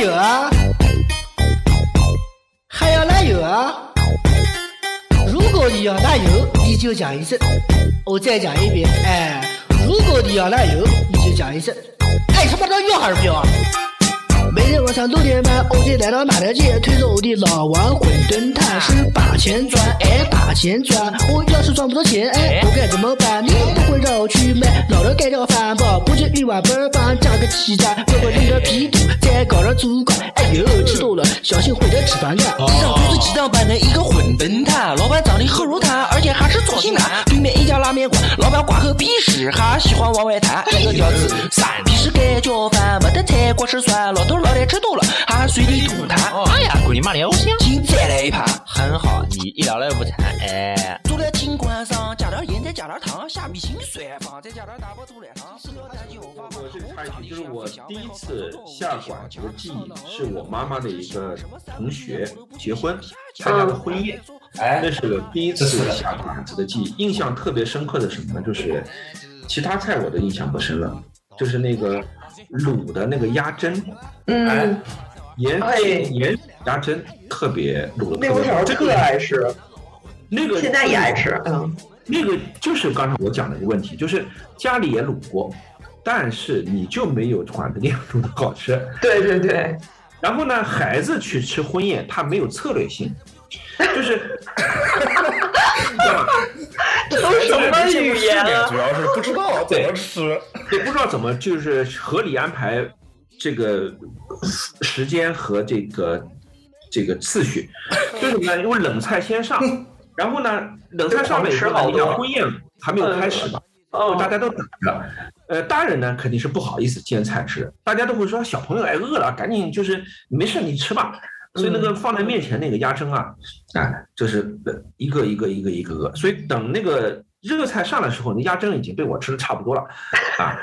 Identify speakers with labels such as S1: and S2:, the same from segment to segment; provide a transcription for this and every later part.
S1: 有啊，还要哪有啊？如果你要那有，你就讲一声，我再讲一遍，哎，如果你要那有，你就讲一声，哎，他妈的要还是不要啊？每天晚上六点半，我就来到马条街，推着我的老王馄饨摊，是把钱赚，哎，把钱赚。我要是赚不到钱，哎，我该怎么办？你不会让我去买老的盖掉饭吧？不就一碗倍儿棒，加个鸡蛋，乖乖拎点皮肚，再搞点猪肝。哎呦，吃多了小心毁了脂肪肝。
S2: 地上铺着几档板的一个馄饨摊，老板长得黑如炭，而且还是左心男。对面一家拉面馆，老板瓜和鼻屎，还喜欢往外弹。这个屌丝三皮是盖浇饭，没得菜瓜吃酸，老头老太吃多了还随地吐痰。
S3: 哎呀，滚你妈的！
S2: 请再来一盘。
S3: 很好，你一聊了不馋，哎，
S2: 坐在青观上，加点盐，再加点糖，虾米清水，放再加点大白兔奶糖。
S4: 我这个插一句，就是我第一次下馆子的记忆，是我妈妈的一个同学结婚参加的婚宴，
S5: 哎
S4: 那是我第一次下
S6: 啊
S4: 馆子的记忆。印象特别深刻的是什么呢？就是其他菜我都印象不深了，就是那个卤的那个鸭胗，
S5: 哎，
S6: 嗯，
S4: 盐
S6: 哎
S4: 盐鸭胗特别卤的
S6: 那
S4: 特
S6: 我
S4: 别
S6: 小时
S4: 好
S6: 候，特爱吃，
S4: 那个
S6: 现在也爱吃。嗯，
S4: 那个就是刚才我讲的一个问题，就是家里也卤过，但是你就没有馆子店卤的 好吃。
S6: 对对对，
S4: 然后呢，孩子去吃婚宴，他没有策略性，就是，
S6: 都什么语言啊？
S5: 主要是不知道怎么吃。
S4: 也不知道怎么就是合理安排这个时间和这个这个次序，就是呢，因为冷菜先上，然后呢，冷菜上了以后呢，你看婚宴还没有开始吧，
S6: 哦，
S4: 大家都等着。呃，大人呢肯定是不好意思煎菜吃，大家都会说小朋友哎饿了，赶紧就是没事你吃吧。所以那个放在面前那个鸭胗啊，哎，就是呃一个一个一个一个个。所以等那个热菜上来的时候，那鸭胗已经被我吃的差不多了啊。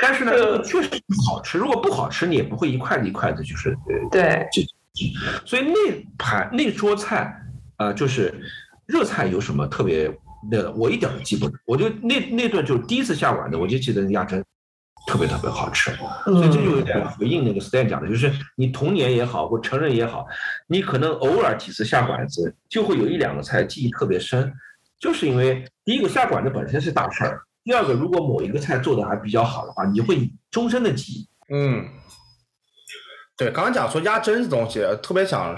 S4: 但是呢，确实不好吃。如果不好吃，你也不会一筷子一筷子就是呃
S6: 对，
S4: 所以那盘那桌菜，呃，就是热菜有什么特别的，我一点都记不得。我就那那顿就是第一次下馆子，我就记得鸭胗特别特别好吃。
S6: 嗯
S4: 所以这就有点回应那个 Stan 讲的，就是你童年也好，或成人也好，你可能偶尔几次下馆子，就会有一两个菜记忆特别深，就是因为第一个下馆子本身是大事儿，第二个如果某一个菜做的还比较好的话，你会终身的记忆。
S5: 嗯，对，刚刚讲说鸭胗这东西，特别想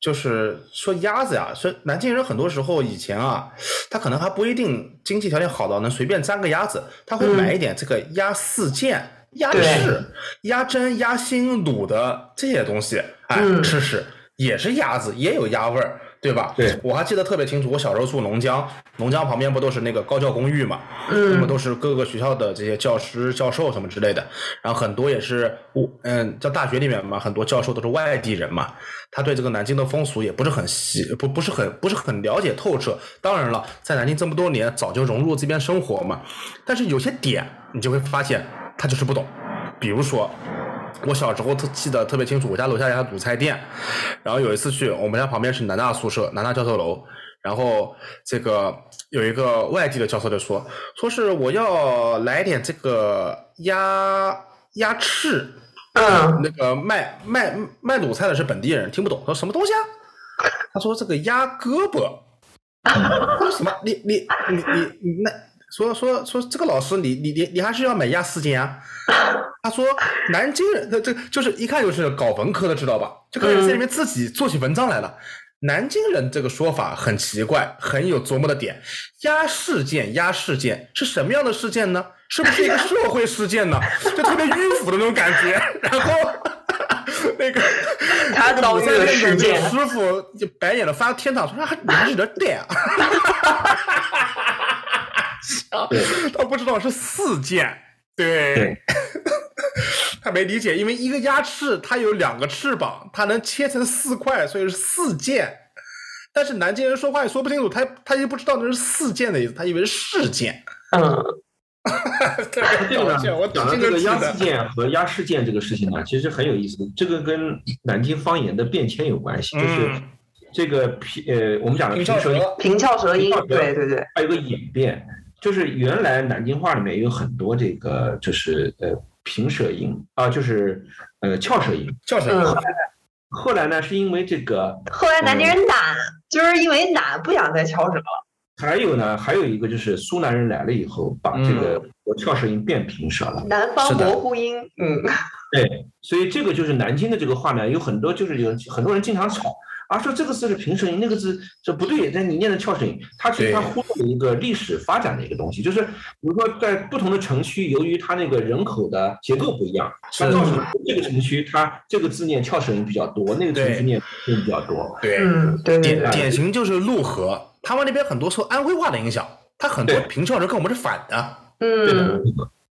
S5: 就是说鸭子呀，说南京人很多时候以前啊，他可能还不一定经济条件好到能随便粘个鸭子，他会买一点这个鸭四件。鸭翅、鸭胗、鸭心、卤的这些东西，哎，
S6: 嗯
S5: 吃吃也是鸭子，也有鸭味儿，对吧？
S4: 对，
S5: 我还记得特别清楚，我小时候住龙江，龙江旁边不都是那个高教公寓嘛，那么
S6: 嗯，
S5: 都是各个学校的这些教师、教授什么之类的，然后很多也是我嗯，在大学里面嘛，很多教授都是外地人嘛，他对这个南京的风俗也不是很细，不不是很不是很了解透彻。当然了，在南京这么多年，早就融入这边生活嘛，但是有些点你就会发现他就是不懂，比如说。我小时候特记得特别清楚，我家楼下有一家卤菜店，然后有一次去，我们家旁边是南大宿舍，南大教授楼，然后这个有一个外地的教授就说，说是我要来点这个鸭鸭翅，
S6: 嗯，
S5: 那个卖卖卖卤菜的是本地人，听不懂，说什么东西啊？他说这个鸭胳膊，我说什么？你你你你你那说说说这个老师，你你你你还是要买鸭四件啊？他说南京人，这这就是一看就是搞文科的，知道吧？就开始在里面自己做起文章来了。南京人这个说法很奇怪，很有琢磨的点。鸭事件，鸭事件是什么样的事件呢？是不是一个社会事件呢？就特别迂腐的那种感觉。 然后那个
S6: 他遭遇了事件
S5: 那个师傅就白眼了，发天堂说：“啊你还是有点呆啊。”
S4: 对
S5: 他不知道是四件，对，
S4: 对
S5: 他没理解，因为一个鸭翅它有两个翅膀，它能切成四块，所以是四件。但是南京人说话也说不清楚，他他也不知道那是四件的意思，他以为是事 件。
S6: 嗯，
S5: 特别搞笑，我
S4: 讲
S5: 讲
S4: 到
S5: 这
S4: 这
S5: 个
S4: 个
S5: 记
S4: 鸭
S5: 得
S4: 事。件和鸭事件这个事情呢，其实很有意思。这个跟南京方言的变迁有关系，就是
S5: 嗯，
S4: 这个平呃，我们讲的
S5: 平
S4: 平
S5: 翘
S4: 舌音
S5: 舌，
S6: 平翘舌
S4: 平
S6: 音
S4: 翘，舌
S6: 对对对，
S4: 还有个演变，就是原来南京话里面有很多这个就是呃平舌音啊、就是呃翘舌音。
S5: 叫什
S6: 嗯
S5: 么？
S4: 后来呢，是因为这个，
S6: 后来南京人懒，就是因为懒不想再敲什么了。
S4: 还有呢，还有一个就是苏南人来了以后，把这个
S5: 嗯
S4: 翘舌音变平舌了。
S6: 南方
S5: 是的
S6: 模糊音，嗯，
S4: 对，所以这个就是南京的这个话呢，有很多就是有很多人经常吵啊，说这个字是平舌音，那个字这不对，但你念的翘舌音。它其实它
S5: 对
S4: 忽略了一个历史发展的一个东西，就是比如说在不同的城区，由于它那个人口的结构不一样，它
S5: 是
S4: 造成这个城区它这个字念翘舌音比较多，那个城
S5: 对
S4: 区念翘舌音比较多。
S5: 对
S6: 嗯，对对
S5: 典
S6: 对，
S5: 典型就是陆河，他们那边很多受安徽话的影响，他很多
S4: 对
S5: 平翘舌跟我们是反的。
S6: 嗯，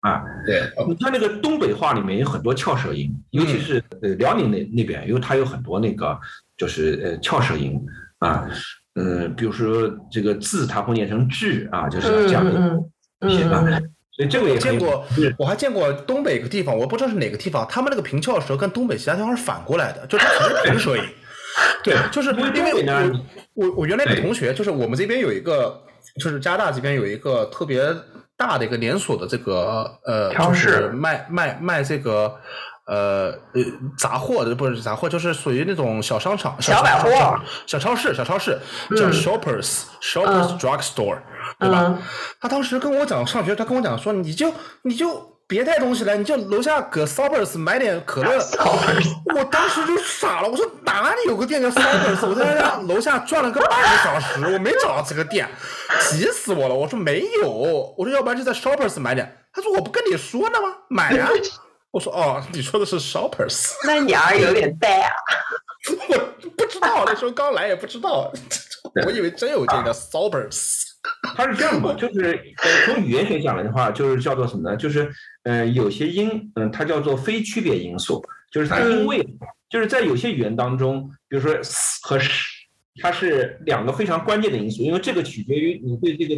S4: 啊，
S5: 对，
S4: 你看那个东北话里面有很多翘舌音，尤
S6: 嗯
S4: 其是呃辽宁那那边，因为它有很多那个就是呃翘舌音啊，嗯，比如说这个字它会念成智啊，就是这样
S6: 嗯
S4: 的，
S6: 嗯
S4: 是吧
S6: 嗯，
S4: 所以这个也
S5: 我
S4: 很
S5: 见
S4: 有
S5: 过
S4: 是，
S5: 我还见过东北一个地方，我不知道是哪个地方，他们那个平翘舌跟东北其他地方是反过来的，就是它全是平舌音。对，就是
S4: 因为
S5: 因为
S4: 东北呢
S5: 我我我原来有个
S4: 对
S5: 同学，就是我们这边有一个，就是加拿大这边有一个特别大的一个连锁的这个呃
S6: 超市
S5: 就是卖卖卖这个。呃呃，杂货的不是杂货，就是属于那种小商场、
S6: 小百货
S5: 小、小超市、小超市，叫
S6: 嗯
S5: Shoppers、Shoppers Drug Store，、对吧？
S6: 嗯，
S5: 他当时跟我讲，上学他跟我讲说，你就你就别带东西了，你就楼下搁 Starbucks 买点可乐。我当时就傻了，我说哪里有个店叫 Starbucks？我在那楼下转了个半个小时，我没找到这个店，急死我了。我说没有，我说要不然就在 Shoppers 买点。他说我不跟你说呢吗？买呀、我说哦，你说的是 Shoppers，
S6: 那你儿有点呆啊，
S5: 我不知道，那时候刚来也不知道， 我以为真有店叫 Starbucks。
S4: 它是这 样的，就是呃，从语言学讲来的话，就是叫做什么呢？就是呃，有些音，嗯、它叫做非区别因素，就是它因为、
S6: 嗯
S4: 就是在有些语言当中，比如说 s 和 sh，它是两个非常关键的因素，因为这个取决于你对这个，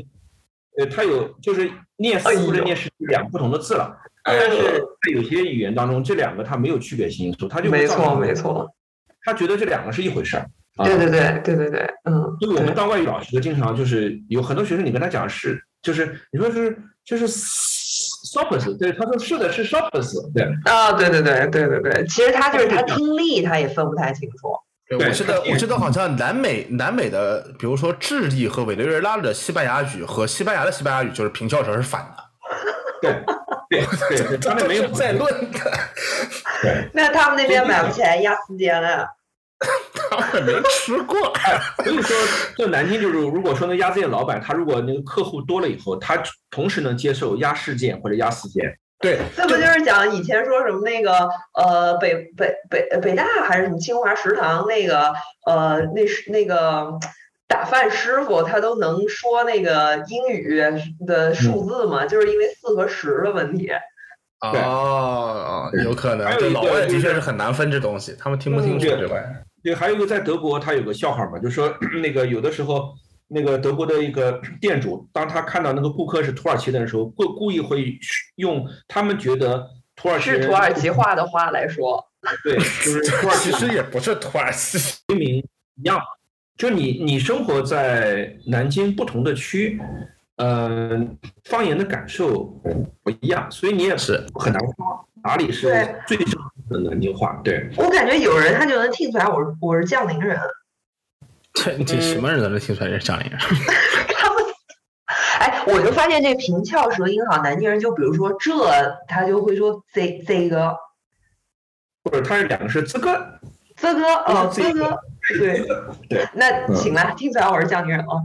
S4: 呃，它有就是念
S6: 哎
S4: s 或者念 sh 是两个不同的字了。但是在有些语言当中，这两个它没有区别性因素，它就会
S6: 没
S4: 造成
S6: 错没，错，
S4: 他觉得这两个是一回事儿。啊
S6: 对对对对对对，嗯，
S4: 因为我们当外语老师的经常就是有很多学生，你跟他讲是，就是你说是就是 shoppers，对，他说是的，是 shoppers，对，
S6: 啊，对对对对对对，其实他就是他听力他也分不太清楚，
S5: 对，
S4: 对嗯
S5: 我记得
S4: 它，是
S5: 我记得好像南美南美的，比如说智利和委内瑞拉的西班牙语和西班牙的西班牙语，就是平翘舌是反的，
S4: 对，对，对，对他们 没有
S5: 这是在 论的，
S4: 对，
S6: 那他们那边买不起来鸭丝煎了，
S5: 他们没吃过。
S4: 所以说这南京就是，如果说那鸭子店老板，他如果那个客户多了以后，他同时能接受鸭事件或者鸭事件，
S5: 对，
S6: 这不就是讲以前说什么那个呃北北北北大还是什么清华食堂那个呃那是那个打饭师傅他都能说那个英语的数字嘛，就是因为四和十的问题。
S4: 对
S5: 哦，有可能
S4: 还，有
S5: 对
S4: 一个
S5: 老外
S4: 就是
S5: 的确是很难分这东西，他们听不清楚
S4: 嗯
S5: 这玩意儿。
S4: 对，还有一个在德国，他有个笑话嘛，就说 那个有的时候，那个德国的一个店主，当他看到那个顾客是土耳其的时候，故故意会用他们觉得土耳其
S6: 是
S4: 人
S6: 土耳其话的话来说，
S4: 对，就是土耳其
S5: 其实也不是土耳其，
S4: 一样，就你你生活在南京不同的区，呃，方言的感受不一样，所以你也
S5: 是
S4: 很难说哪里是
S6: 对
S4: 最适合的南京话。对，
S6: 我感觉有人他就能听出来我是我是江宁人，
S5: 这这什么人能听出来这是江陵人？
S6: 他们。哎，我就发现这平翘舌音好，南京人就比如说这，他就会说这这个
S4: 或者它是两个是这个，
S6: 这个哦这个，对
S4: 对。
S6: 那
S4: 嗯
S6: 行了，听出来我是江宁人哦了。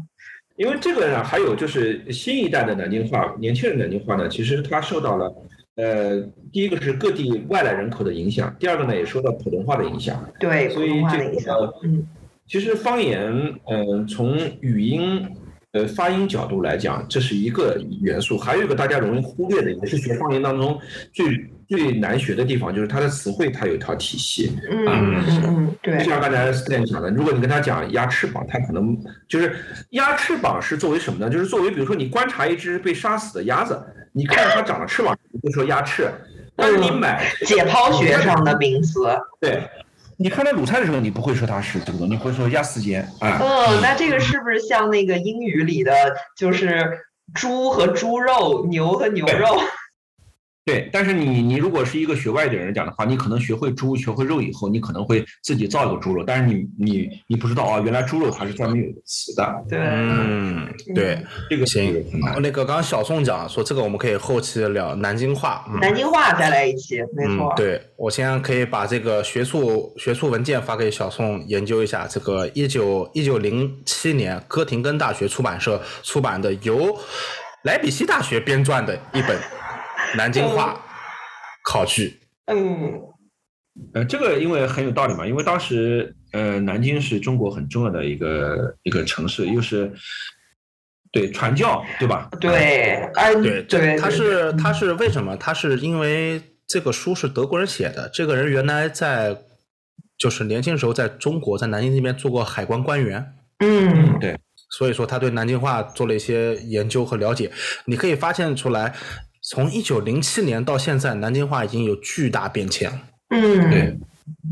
S4: 因为这个呢，还有就是新一代的南京话，年轻人南京话呢，其实它受到了。呃，第一个是各地外来人口的影响，第二个呢也受到普通话的影响。
S6: 对，普
S4: 所以
S6: 通话
S4: 这
S6: 的影响。
S4: 个呃
S6: 嗯，
S4: 其实方言，嗯、从语音呃发音角度来讲，这是一个元素，还有一个大家容易忽略的，也是学方言当中最最难学的地方，就是它的词汇它有一套体系。
S6: 嗯嗯嗯，
S4: 就
S6: 对，
S4: 像刚才 Stan 讲的，如果你跟他讲鸭翅膀，他可能就是鸭翅膀是作为什么呢？就是作为比如说你观察一只被杀死的鸭子，你看它长了翅膀，你就说鸭翅。但是你买
S6: 嗯解剖学上的名词。
S4: 对，你看它卤菜的时候，你不会说它是这个东西，你会说鸭丝尖啊。
S6: 哦，那这个是不是像那个英语里的，就是猪和猪肉，牛和牛肉？
S4: 对，但是你你如果是一个学外地人讲的话，你可能学会猪、学会肉以后，你可能会自己造一个猪肉，但是你你你不知道啊、原来猪肉它是专门有一个词的，
S6: 对，
S5: 嗯，对，
S4: 这个
S5: 行嗯
S4: 这个很难。
S5: 那个刚刚小宋讲说这个我们可以后期聊南京话，嗯，
S6: 南京话再来一期，没
S5: 嗯
S6: 错，，
S5: 对，我现在可以把这个学术学术文件发给小宋研究一下。这个一九一九零七年哥廷根大学出版社出版的由莱比锡大学编撰的一本南京话考据。
S6: 嗯，
S4: 呃，这个因为很有道理嘛，因为当时呃，南京是中国很重要的一个一个城市，又是对传教，对吧？
S6: 嗯对，哎，
S5: 对，
S6: 对，
S5: 这
S6: 对
S5: 他是他是为什么？他是因为这个书是德国人写的，这个人原来在就是年轻时候在中国在南京那边做过海关官员。
S6: 嗯，
S5: 所以说他对南京话做了一些研究和了解。你可以发现出来，从一九零七年到现在，南京话已经有巨大变迁。
S6: 嗯，
S4: 对，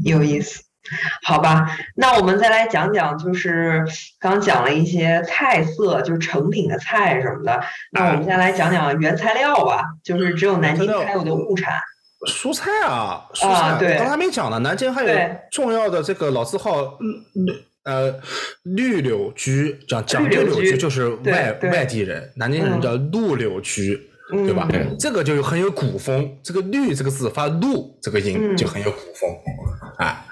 S6: 有意思。好吧，那我们再来讲讲，就是刚讲了一些菜色，就是成品的菜什么的。那我们再来讲讲原材料吧，
S4: 嗯
S6: 就是只有南京
S5: 原材料
S6: 才有的物产。
S5: 蔬菜啊，蔬菜，
S6: 啊对
S5: 我刚才没讲呢。南京还有
S6: 对
S5: 重要的这个老字号，嗯嗯呃，绿柳居，讲讲
S6: 绿
S5: 绿
S6: 柳
S5: 柳
S6: 居
S5: 居就是
S6: 对
S5: 外
S6: 对
S5: 外地人，南京人
S6: 嗯
S5: 叫陆柳居。
S6: 嗯
S5: 对吧？
S4: 嗯
S5: 这个就很有古风，这个“绿”这个字发“陆”这个音
S6: 嗯
S5: 就很有古风，哎，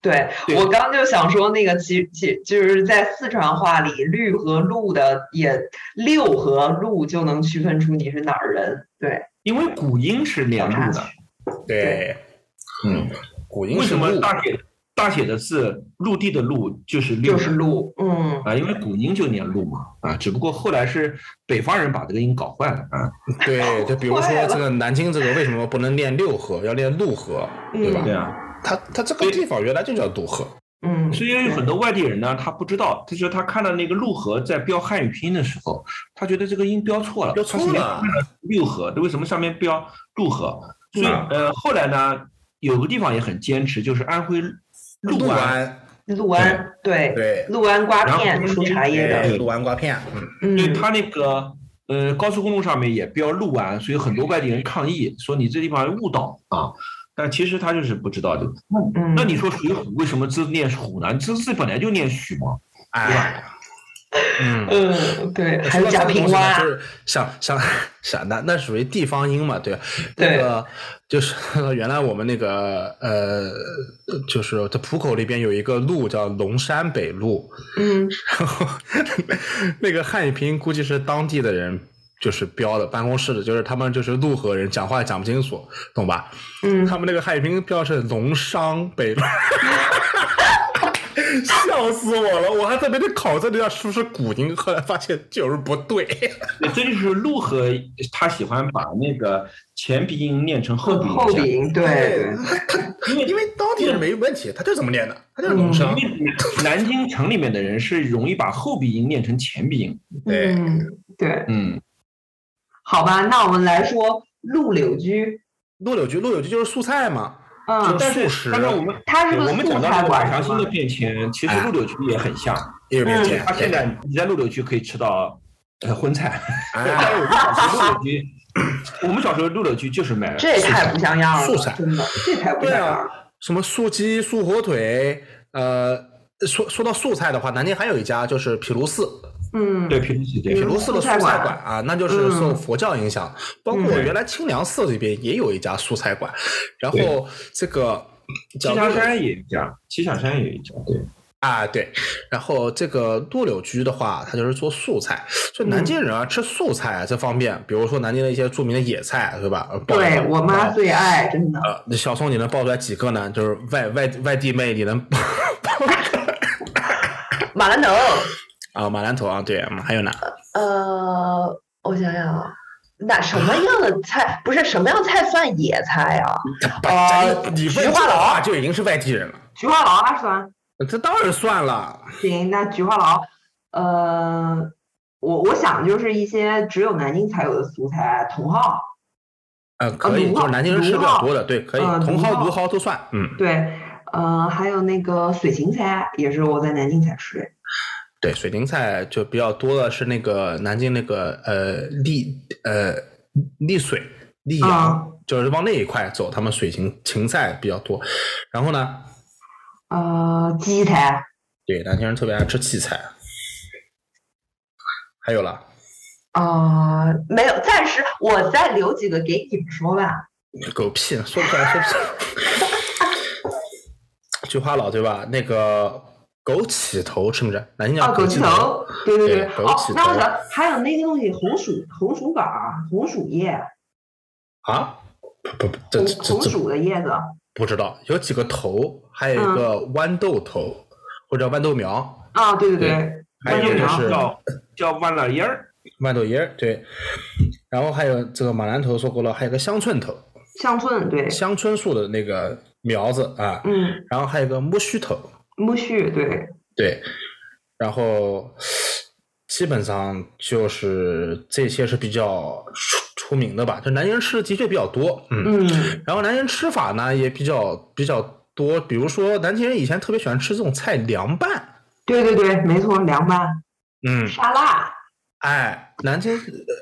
S6: 对，
S4: 对
S6: 我刚就想说那个，其其就是在四川话里，绿和陆的也六和陆就能区分出你是哪儿人。对，
S4: 因为古音是两路的，
S5: 对，
S4: 嗯，
S5: 古音
S4: 为
S5: 是
S4: 什么
S5: 陆
S4: 大写大写的字陆地的陆就是六
S6: 就
S4: 呢
S6: 是陆。嗯，
S4: 啊？因为古音就念陆嘛啊，只不过后来是北方人把这个音搞坏了啊。
S5: 对，就比如
S6: 坏
S5: 说
S6: 了
S5: 这个南京这个为什么不能练六合，要练陆河，对吧？
S4: 对啊，
S5: 它它这个地方原来就叫渡河，
S6: 嗯，
S4: 所以有很多外地人呢，他不知道，他就是他看到那个陆河在标汉语拼音的时候，他觉得这个音标错了，
S5: 标错了
S4: 他上面看到六河，为什么上面标陆河？所以呃，后来呢，有个地方也很坚持，就是安徽
S5: 陆
S4: 安
S5: 安，
S6: 陆安，对，
S5: 对
S6: 陆安瓜片
S4: 然后
S6: 出茶叶的。
S5: 哎陆安瓜片，嗯，
S4: 所
S6: 嗯
S4: 以，他那个呃高速公路上面也标路安，所以很多外地人抗议说你这地方误导啊。但其实他就是不知道的。
S6: 嗯
S4: 那你说《水浒》为什么字念虎呢？这字本来就念许嘛。
S5: 哎， 嗯。
S6: 嗯，对，还有
S5: 说到这
S6: 贾
S5: 个东
S6: 平
S5: 西呢，
S6: 凹
S5: 就，是想想想那那属于地方音嘛，对吧？
S6: 对
S5: 那个就是 原来我们那个呃，就是在浦口那边有一个路叫龙山北路，
S6: 嗯，
S5: 然后 那个汉语拼音估计是当地的人就是标的，办公室的，就是他们就是陆河人，讲话也讲不清楚，懂吧？
S6: 嗯
S5: 他们那个汉语拼音标是龙商北路。 笑死我了！我还在那边考证了一下是不是古音，后来发现就是不对。
S4: 那这就是陆河，他喜欢把那个前鼻音念成后鼻音。
S6: 后鼻音，对，
S5: 因为因为当地人没问题，他就这么念的，他就是龙
S6: 嗯
S5: 商。
S4: 因为南京城里面的人是容易把后鼻音念成前鼻音。
S5: 对
S6: 对，嗯，对，
S4: 嗯，
S6: 好吧，那我们来说陆柳居，
S5: 陆柳居，陆柳居就是素菜嘛，
S6: 嗯
S5: 就，
S4: 但
S5: 素
S4: 是
S5: 食
S4: 刚才我们
S6: 它是个
S4: 我们
S6: 素
S4: 讲到
S6: 菜
S4: 那个
S6: 馆
S4: 晚
S6: 儿
S4: 上
S6: 是
S4: 新
S6: 吗
S4: 的变迁，其实
S5: 哎
S4: 陆柳区也很像。
S5: 也有面
S4: 对
S5: 见。
S4: 他现在你在六柳区可以吃到呃荤菜， 但
S5: 哎，
S4: 是我们小时候六柳区，我们小时候六柳区就是买
S6: 这也太不像样了，
S5: 素菜
S6: 真的，这太不
S5: 对
S6: 像样
S5: 啊
S6: 了。，
S5: 什么素鸡、素火腿，呃，说说到素菜的话，南京还有一家就是匹卢寺，
S6: 嗯，
S4: 对，平时这
S5: 匹
S4: 样。
S5: 卢寺的
S6: 素
S5: 素
S6: 菜
S5: 菜
S6: 馆嗯
S5: 馆啊，那就是受佛教影响，包括
S4: 嗯
S5: 原来清凉寺里边也有一家素菜馆，然后这个
S4: 栖
S5: 叫
S4: 霞山也有一家，栖霞山也有一家，对，
S5: 啊，对，然后这个杜柳居的话，它就是做素菜，所
S6: 嗯
S5: 以南京人啊、吃素菜啊这方面，比如说南京的一些著名的野菜，对吧？呃爆
S6: 对我妈最爱，真的，
S5: 呃，那小宋你能报出来几个呢？就是外外外地妹，你能报
S6: 马兰头，
S5: 啊，马兰头啊，对，嗯还有呢，
S6: 呃，我想想啊，那什么样的菜不是什么样的菜算野菜啊？
S5: 啊，你问
S6: 菊
S5: 这
S6: 花
S5: 个
S6: 老
S5: 话就已经是外地人了，
S6: 菊花劳它算。
S5: 这当然算了。
S6: 行，那菊花劳，呃，我我想就是一些只有南京才有的素菜，茼蒿，
S5: 呃，可以，
S6: 芦
S5: 就
S6: 蒿
S5: 是南京人吃比较多的，对，可以，
S6: 嗯
S5: 茼
S6: 芦
S5: 蒿、
S6: 蒿
S5: 芦蒿都算，嗯，
S6: 对，呃，还有那个水芹菜，也是我在南京才吃的，
S5: 对，水芹菜就比较多的是那个南京那个呃丽呃丽水溧阳，
S6: 啊
S5: 就是往那一块走，他们水芹芹菜比较多。然后呢，
S6: 啊，荠菜，
S5: 对南京人特别爱吃荠菜，啊还有了，
S6: 啊，没有，暂时我再留几个给你们说吧。
S5: 狗屁，说不出来，说不出来。 菊花老对吧？那个枸杞头是不是？南京叫
S6: 哦，枸杞头，对对
S5: 对枸
S6: 哦
S5: 杞，
S6: 那我
S5: 头
S6: 想还有那个东西，红薯红薯杆儿、红薯叶、
S5: 啊？不不不，这
S6: 红
S5: 这这
S6: 红
S5: 这
S6: 薯的嗯叶子。
S5: 不知道，有几个头，还有一个豌豆头、或者叫豌豆苗，
S6: 啊，对对
S5: 对
S6: 对，
S5: 还有一个
S6: 豌
S5: 是
S4: 叫叫万老爷儿，
S5: 豌豆叶儿，对。然后还有这个马兰头说过了，还有个香椿头，
S6: 香椿，对，
S5: 香椿树的那个苗子啊，
S6: 嗯，
S5: 然后还有个苜蓿头，
S6: 苜蓿，对，
S5: 对，然后基本上就是这些是比较出出名的吧，就南京人吃的的确比较多，嗯，
S6: 嗯
S5: 然后南京人吃法呢也比较比较多，比如说南京人以前特别喜欢吃这种菜凉拌，
S6: 对对对，没错，凉拌
S5: 嗯，
S6: 沙拉，
S5: 哎，南京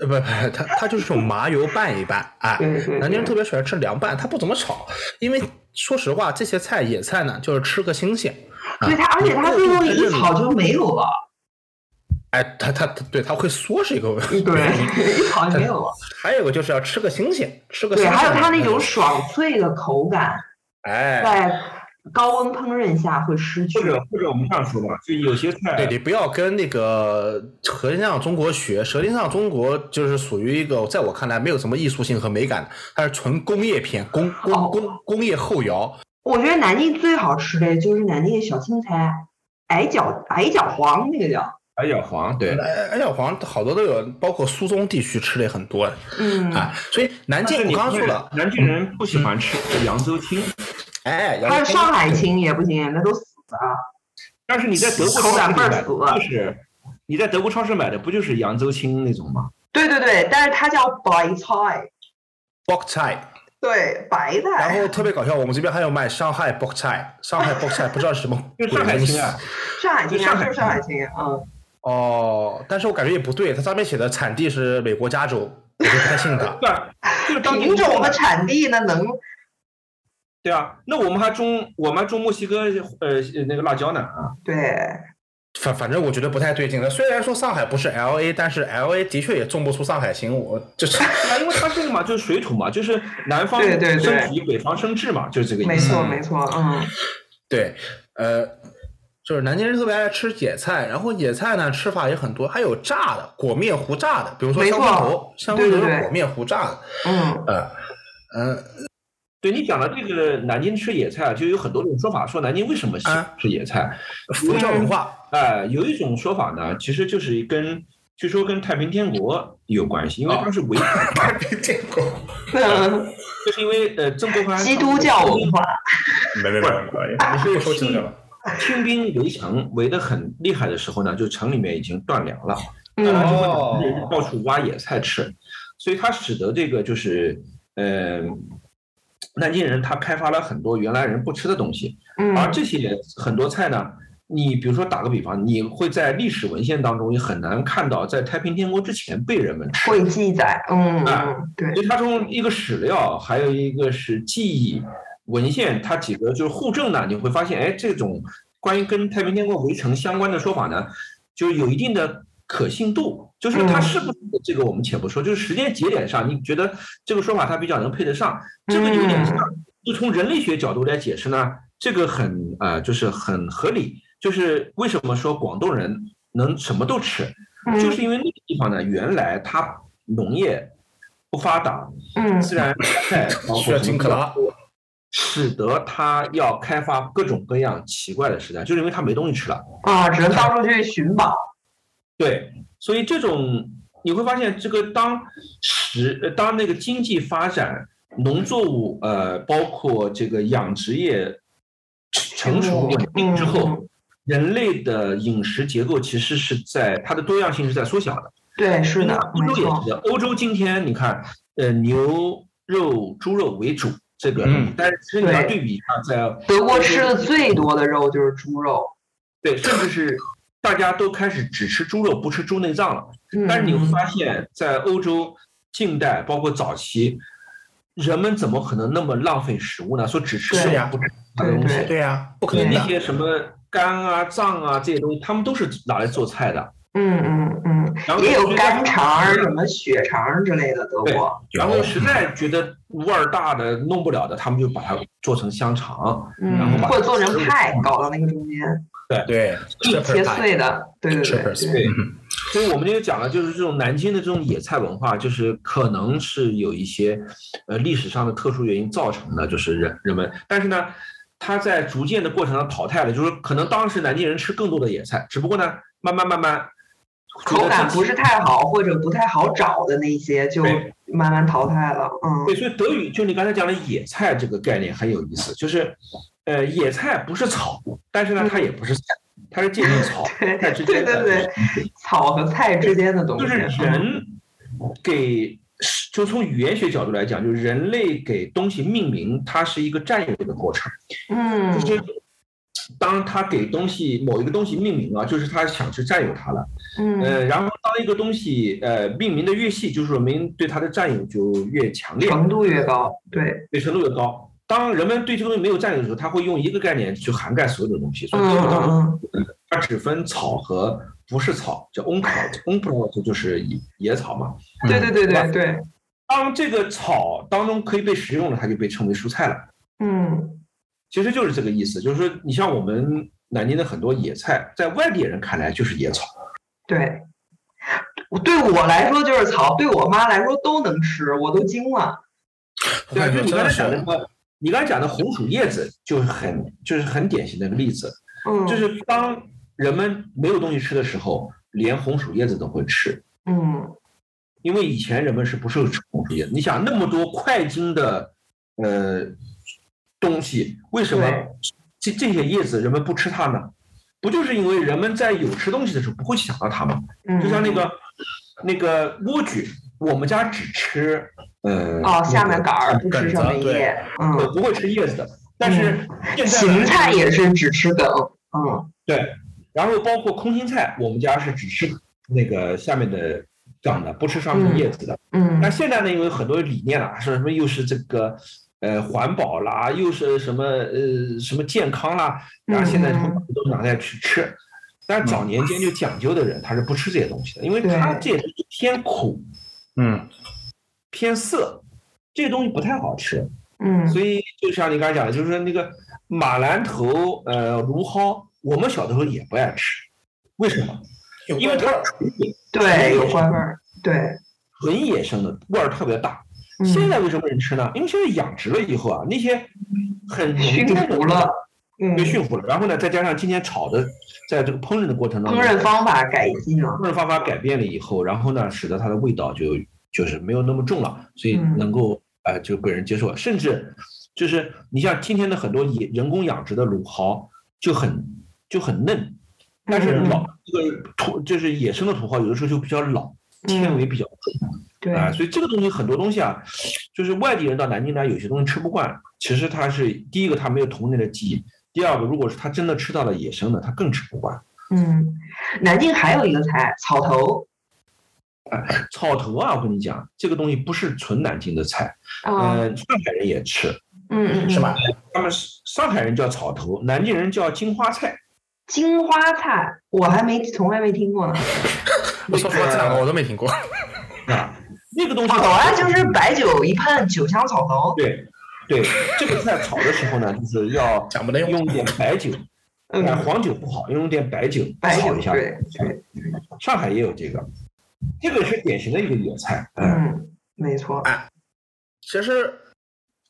S5: 呃不不，它它就是用麻油拌一拌，哎，
S6: 对对，
S5: 南京人特
S6: 对
S5: 别喜欢吃凉拌，它不怎么炒，因为说实话，这些菜野菜呢就是吃个新鲜，啊
S6: 对它，而且它这东西一炒就没有了，
S5: 哎，它它它对它会缩是一个问题，
S6: 对， 一炒就没有了，
S5: 还有一个就是要吃个新鲜，吃个新
S6: 对，
S5: 鲜的。
S6: 还有它那
S5: 嗯
S6: 种爽脆的口感，
S5: 哎，
S6: 在高温烹饪下会失去
S4: 或。者或者我们这样说吧，就有些
S5: 对
S4: 菜
S5: 你不要跟那个《舌尖上的中国》学，《舌尖上的中国》就是属于一个在我看来没有什么艺术性和美感的，它是纯工业片，工
S6: 哦
S5: 工工工业后摇。
S6: 我觉得南京最好吃的就是南京的小青菜，矮脚矮脚黄那个叫，
S4: 白小黄，对，
S5: 哎哎呀，好像好多都有，包括苏中地区吃的也很多啊、
S6: 嗯，
S5: 哎所以南
S4: 但
S5: 京
S4: 是
S5: 我
S4: 你
S5: 刚刚
S4: 不
S5: 说
S4: 是
S5: 了，
S4: 南京人不喜欢吃扬州青，
S6: 还
S5: 哎，
S6: 有
S5: 杨梅
S6: 上海青也不行，那都死了。
S4: 但是你在德国超
S6: 口
S4: 市
S6: 感
S4: 里
S6: 倍儿
S4: 买的
S6: 死了
S4: 就是你在德国超市买的不就是扬州青那种吗？
S6: 对对对，但是它叫白菜，
S5: bok chai，
S6: 对白
S5: 然
S6: 菜，
S5: 后特别搞笑，我们这边还有卖上海 bok chai，上海 bok chai 不知道是什么
S4: 就
S5: 鬼
S4: 上海
S5: 东西
S4: 青啊，
S6: 上海青啊，
S4: 就上海。
S6: 就是上海青啊，嗯，
S5: 哦，但是我感觉也不对，它上面写的产地是美国加州，我就不太信它
S4: 对啊，就是当地
S6: 品种和产地那能
S4: 对啊，那我们还种我们还种墨西哥呃那个辣椒呢啊，
S6: 对
S5: 反反正我觉得不太对劲了。虽然说上海不是 L A，但是 L A 的确也种不出上海行。我就是
S4: 对啊，因为它这个嘛就是水土嘛，就是南方
S6: 对对对
S4: 生皮，北方生智嘛，就是这个
S6: 没
S4: 意思。
S6: 错没错，嗯
S5: 对，呃，就是南京人特别爱吃野菜，然后野菜呢吃法也很多，还有炸的，裹面糊炸的，比如说
S6: 没
S5: 香
S6: 错
S5: 椿头，香椿
S6: 对
S5: 头
S6: 对对
S5: 是裹面糊炸的。
S6: 嗯，
S5: 呃，嗯、
S4: 对你讲的这个南京吃野菜啊，就有很多种说法，说南京为什么喜欢
S5: 啊
S4: 吃野菜？
S6: 嗯
S5: 佛教文化，
S4: 呃，有一种说法呢，其实就是跟据说跟太平天国有关系，因为
S5: 哦
S4: 当时维、
S5: 太平天国，
S4: 嗯就是因为呃曾国藩
S6: 啊基督教文化，
S5: 没没没没没，你是又说清楚 了。
S4: 清兵围城围得很厉害的时候呢，就城里面已经断粮了，当然
S6: 嗯，
S4: 就
S5: 哦
S4: 会到处挖野菜吃，所以它使得这个就是呃南京人他开发了很多原来人不吃的东西，而
S6: 嗯，
S4: 这些很多菜呢，你比如说打个比方，你会在历史文献当中也很难看到在太平天国之前被人们吃。
S6: 会记载，嗯嗯对，
S4: 所以它从一个史料，还有一个是记忆文献，它几个就是互证呢，你会发现，哎，这种关于跟太平天国围城相关的说法呢，就是有一定的可信度。就是它
S6: 嗯
S4: 是不是这个我们且不说，就是时间节点上，你觉得这个说法它比较能配得上，这个有点
S6: 嗯
S4: 像，就从人类学角度来解释呢，这个很呃，就是很合理。就是为什么说广东人能什么都吃，
S6: 嗯
S4: 就是因为那个地方呢，原来它农业不发达，
S6: 嗯
S4: 自然菜包括
S5: 需要金克拉
S4: 使得它要开发各种各样奇怪的食材，就是因为它没东西吃了。
S6: 啊，只能到处去寻宝，
S4: 对，所以这种你会发现，这个当时呃当那个经济发展，农作物呃包括这个养殖业成熟稳定之后，
S6: 嗯
S4: 人类的饮食结构其实是在它的多样性是在缩小的。
S6: 对，是的，
S4: 欧
S6: 没
S4: 洲也
S6: 错
S4: 是，的。欧洲今天你看，呃，牛肉、猪肉为主这个东西，
S5: 嗯
S4: 但是其实你要
S6: 对
S4: 对比一下，在
S6: 德国吃的最多的肉就是猪肉，
S4: 对，甚至是大家都开始只吃猪肉，不吃猪内脏了。
S6: 嗯
S4: 但是你会发现在欧洲近代，包括早期，人们怎么可能那么浪费食物呢？说只吃
S6: 对
S4: 这
S5: 呀
S4: 种不吃的东西，呃
S5: 对呀、
S6: 啊
S5: 不可能
S4: 那
S5: 的。
S4: 些什么肝啊、脏啊这些东西，他们都是拿来做菜的。
S6: 嗯嗯嗯，
S4: 然后
S6: 也有
S4: 实在
S6: 干肠儿、什么血肠儿之类的，德
S4: 对
S6: 国。
S4: 然后实在觉得味儿大的弄不了的，他们就把它做成香肠。然后
S6: 嗯，
S4: 把
S6: 或者做成派，搞到那个中间，
S5: 对，这
S6: 切碎的，对对对
S5: Shepherd's
S6: 对，
S4: 对，嗯所以我们就讲了，就是这种南京的这种野菜文化，就是可能是有一些呃历史上的特殊原因造成的，就是人人们，但是呢，它在逐渐的过程上淘汰了，就是可能当时南京人吃更多的野菜，只不过呢，慢慢慢慢觉得
S6: 口感
S4: 这
S6: 不是太好或者不太好找的那些就
S4: 对
S6: 慢慢淘汰了。嗯
S4: 对，所以德语就你刚才讲的野菜这个概念很有意思，就是，呃，野菜不是草，但是呢，它也不是菜，它是借助草
S6: 嗯对
S4: 菜之间的，
S6: 对对草和菜之间的东
S4: 就
S6: 西嗯
S4: 是人给，就从语言学角度来讲，就是人类给东西命名，它是一个占有的过程，
S6: 嗯，
S4: 就是当他给东西某一个东西命名啊，就是他想去占有它了。
S6: 嗯，
S4: 呃，然后当一个东西呃命名的越细，就说明对它的占有就越强烈。
S6: 程度越高，对，
S4: 对程度越高。当人们对这个东西没有占有的时候，他会用一个概念去涵盖所有的东西，所
S6: 嗯
S4: 以基本
S6: 嗯
S4: 上
S6: 嗯，
S4: 它只分草和不是草，叫 on 草 on p r o 就是野野草嘛。
S6: 对对对
S4: 嗯
S6: 对对，
S4: 当这个草当中可以被食用的，它就被称为蔬菜了。
S6: 嗯
S4: 其实就是这个意思，就是说，你像我们南京的很多野菜，在外地人看来就是野草，
S6: 对。对我来说就是草，对我妈来说都能吃，我都惊了。
S5: 我
S4: 对啊，
S5: 感
S4: 就
S5: 觉
S4: 你
S5: 真
S4: 刚
S5: 的
S4: 才
S5: 是
S4: 讲的什么，你刚才讲的红薯叶子就是很就是很典型的一个例子，
S6: 嗯，
S4: 就是当人们没有东西吃的时候，连红薯叶子都会吃。
S6: 嗯
S4: 因为以前人们是不是吃红薯叶？你想那么多快茎的呃东西，为什么
S6: 对
S4: 这这些叶子人们不吃它呢？不就是因为人们在有吃东西的时候不会想到它吗？
S6: 嗯，
S4: 就像那个那个莴苣，我们家只吃呃
S6: 哦，下面杆儿不吃
S5: 梗
S6: 上面
S5: 子对
S6: 叶，嗯，
S4: 我不会吃叶子的。但是现在呢
S6: 芹菜也是只吃梗，嗯
S4: 对，然后包括空心菜，我们家是只吃那个下面的长的，不吃上面的叶子的。那
S6: 嗯
S4: 现在呢，因为很多理念啊，说什么又是这个呃环保啦，又是什么呃什么健康啦，然后现在
S6: 嗯
S4: 都拿来去吃。但是早年间就讲究的人，他是不吃这些东西的，因为
S6: 对
S4: 他这些东西偏苦
S5: 嗯，
S4: 偏涩，这些东西不太好吃。
S6: 嗯，
S4: 所以就像你刚才讲的，就是说那个马兰头、呃芦蒿，我们小的时候也不爱吃，为什么？因为它纯野
S6: 对，有怪味儿，对，
S4: 纯野生的味儿特别大，
S6: 嗯
S4: 现在为什么人吃呢？因为现在养殖了以后啊，那些很浓
S6: 驯
S4: 重的
S6: 服了，嗯，
S4: 被驯服了。然后呢，再加上今天炒的，在这个烹饪的过程当
S6: 烹
S4: 中，
S6: 饪方法改进了，
S4: 烹饪方法改变了以后，然后呢，使得它的味道就就是没有那么重了，所以
S6: 嗯
S4: 能够呃就被人接受了。甚至就是你像今天的很多野人工养殖的芦蒿就很就很嫩，但是
S6: 嗯
S4: 老这个土就是野生的土蒿有的时候就比较老，纤维
S6: 嗯，
S4: 比较重。
S6: 对，
S4: 啊，所以这个东西很多东西啊，就是外地人到南京来，有些东西吃不惯。其实他是第一个，他没有童年的记忆；第二个，如果是他真的吃到了野生的，他更吃不惯。
S6: 嗯，南京还有一个菜，草头
S4: 草头啊，我跟你讲，这个东西不是纯南京的菜，
S6: 啊，
S4: 嗯，上海人也吃，
S6: 嗯嗯，
S5: 是
S6: 嗯
S5: 吧？
S4: 他们是上海人叫草头，南京人叫金花菜。
S6: 金花菜我还没从来没听过呢，
S5: 我说花菜我都没听过。
S4: 啊，那个东西
S6: 草头啊，就是白酒一喷，酒香草头，
S4: 对对，这个菜炒的时候呢，就是要
S5: 讲不能用
S4: 用一点白酒，哎，
S6: 嗯，
S4: 黄酒不好，用一点白酒
S6: 白
S4: 炒
S6: 酒
S4: 一下。
S6: 对对，
S4: 上海也有这个，这个是典型的一个野菜。嗯，
S6: 嗯，没错，
S5: 其实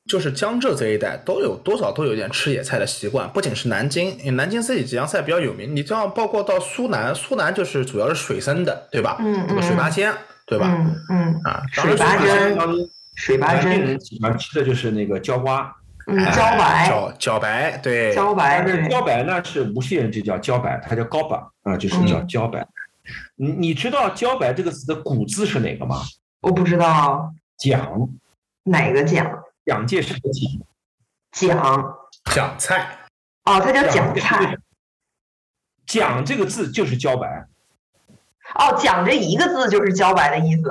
S5: 就是江浙这一带都有多少都有一点吃野菜的习惯，不仅是南京，因为南京自己浙江菜比较有名，你这样包括到苏南，苏南就是主要是水生的，对吧？
S6: 嗯
S5: 这个水
S6: 嗯
S5: 拔尖，对吧？
S6: 嗯嗯，
S5: 啊，当
S6: 水
S5: 然
S6: 拔
S5: 苏南
S6: 针，水拔
S4: 南京
S6: 针，
S4: 人喜欢吃的就是那个椒瓜，
S6: 嗯，茭白，
S5: 茭茭白，对，
S6: 茭白，
S4: 但是
S6: 对，
S4: 茭白呢是无锡人就叫茭白，它叫高白啊，就是叫茭白。你你知道茭白这个词的古字是哪个吗？
S6: 我不知道
S4: 蒋，
S6: 哪个奖
S4: 蒋介石的蒋，
S6: 奖
S5: 讲菜，
S6: 哦，它叫奖菜
S4: 蒋这个字就是茭白，
S6: 哦，奖这一个字就是茭白的意思。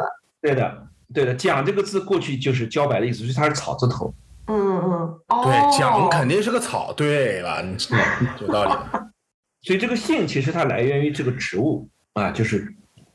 S4: 对的。对的，蒋这个字过去就是茭白的意思，所以它是草字头。
S6: 嗯嗯，哦，
S5: 对，蒋肯定是个草，对吧？你有道理。
S4: 所以这个姓其实它来源于这个植物啊，就是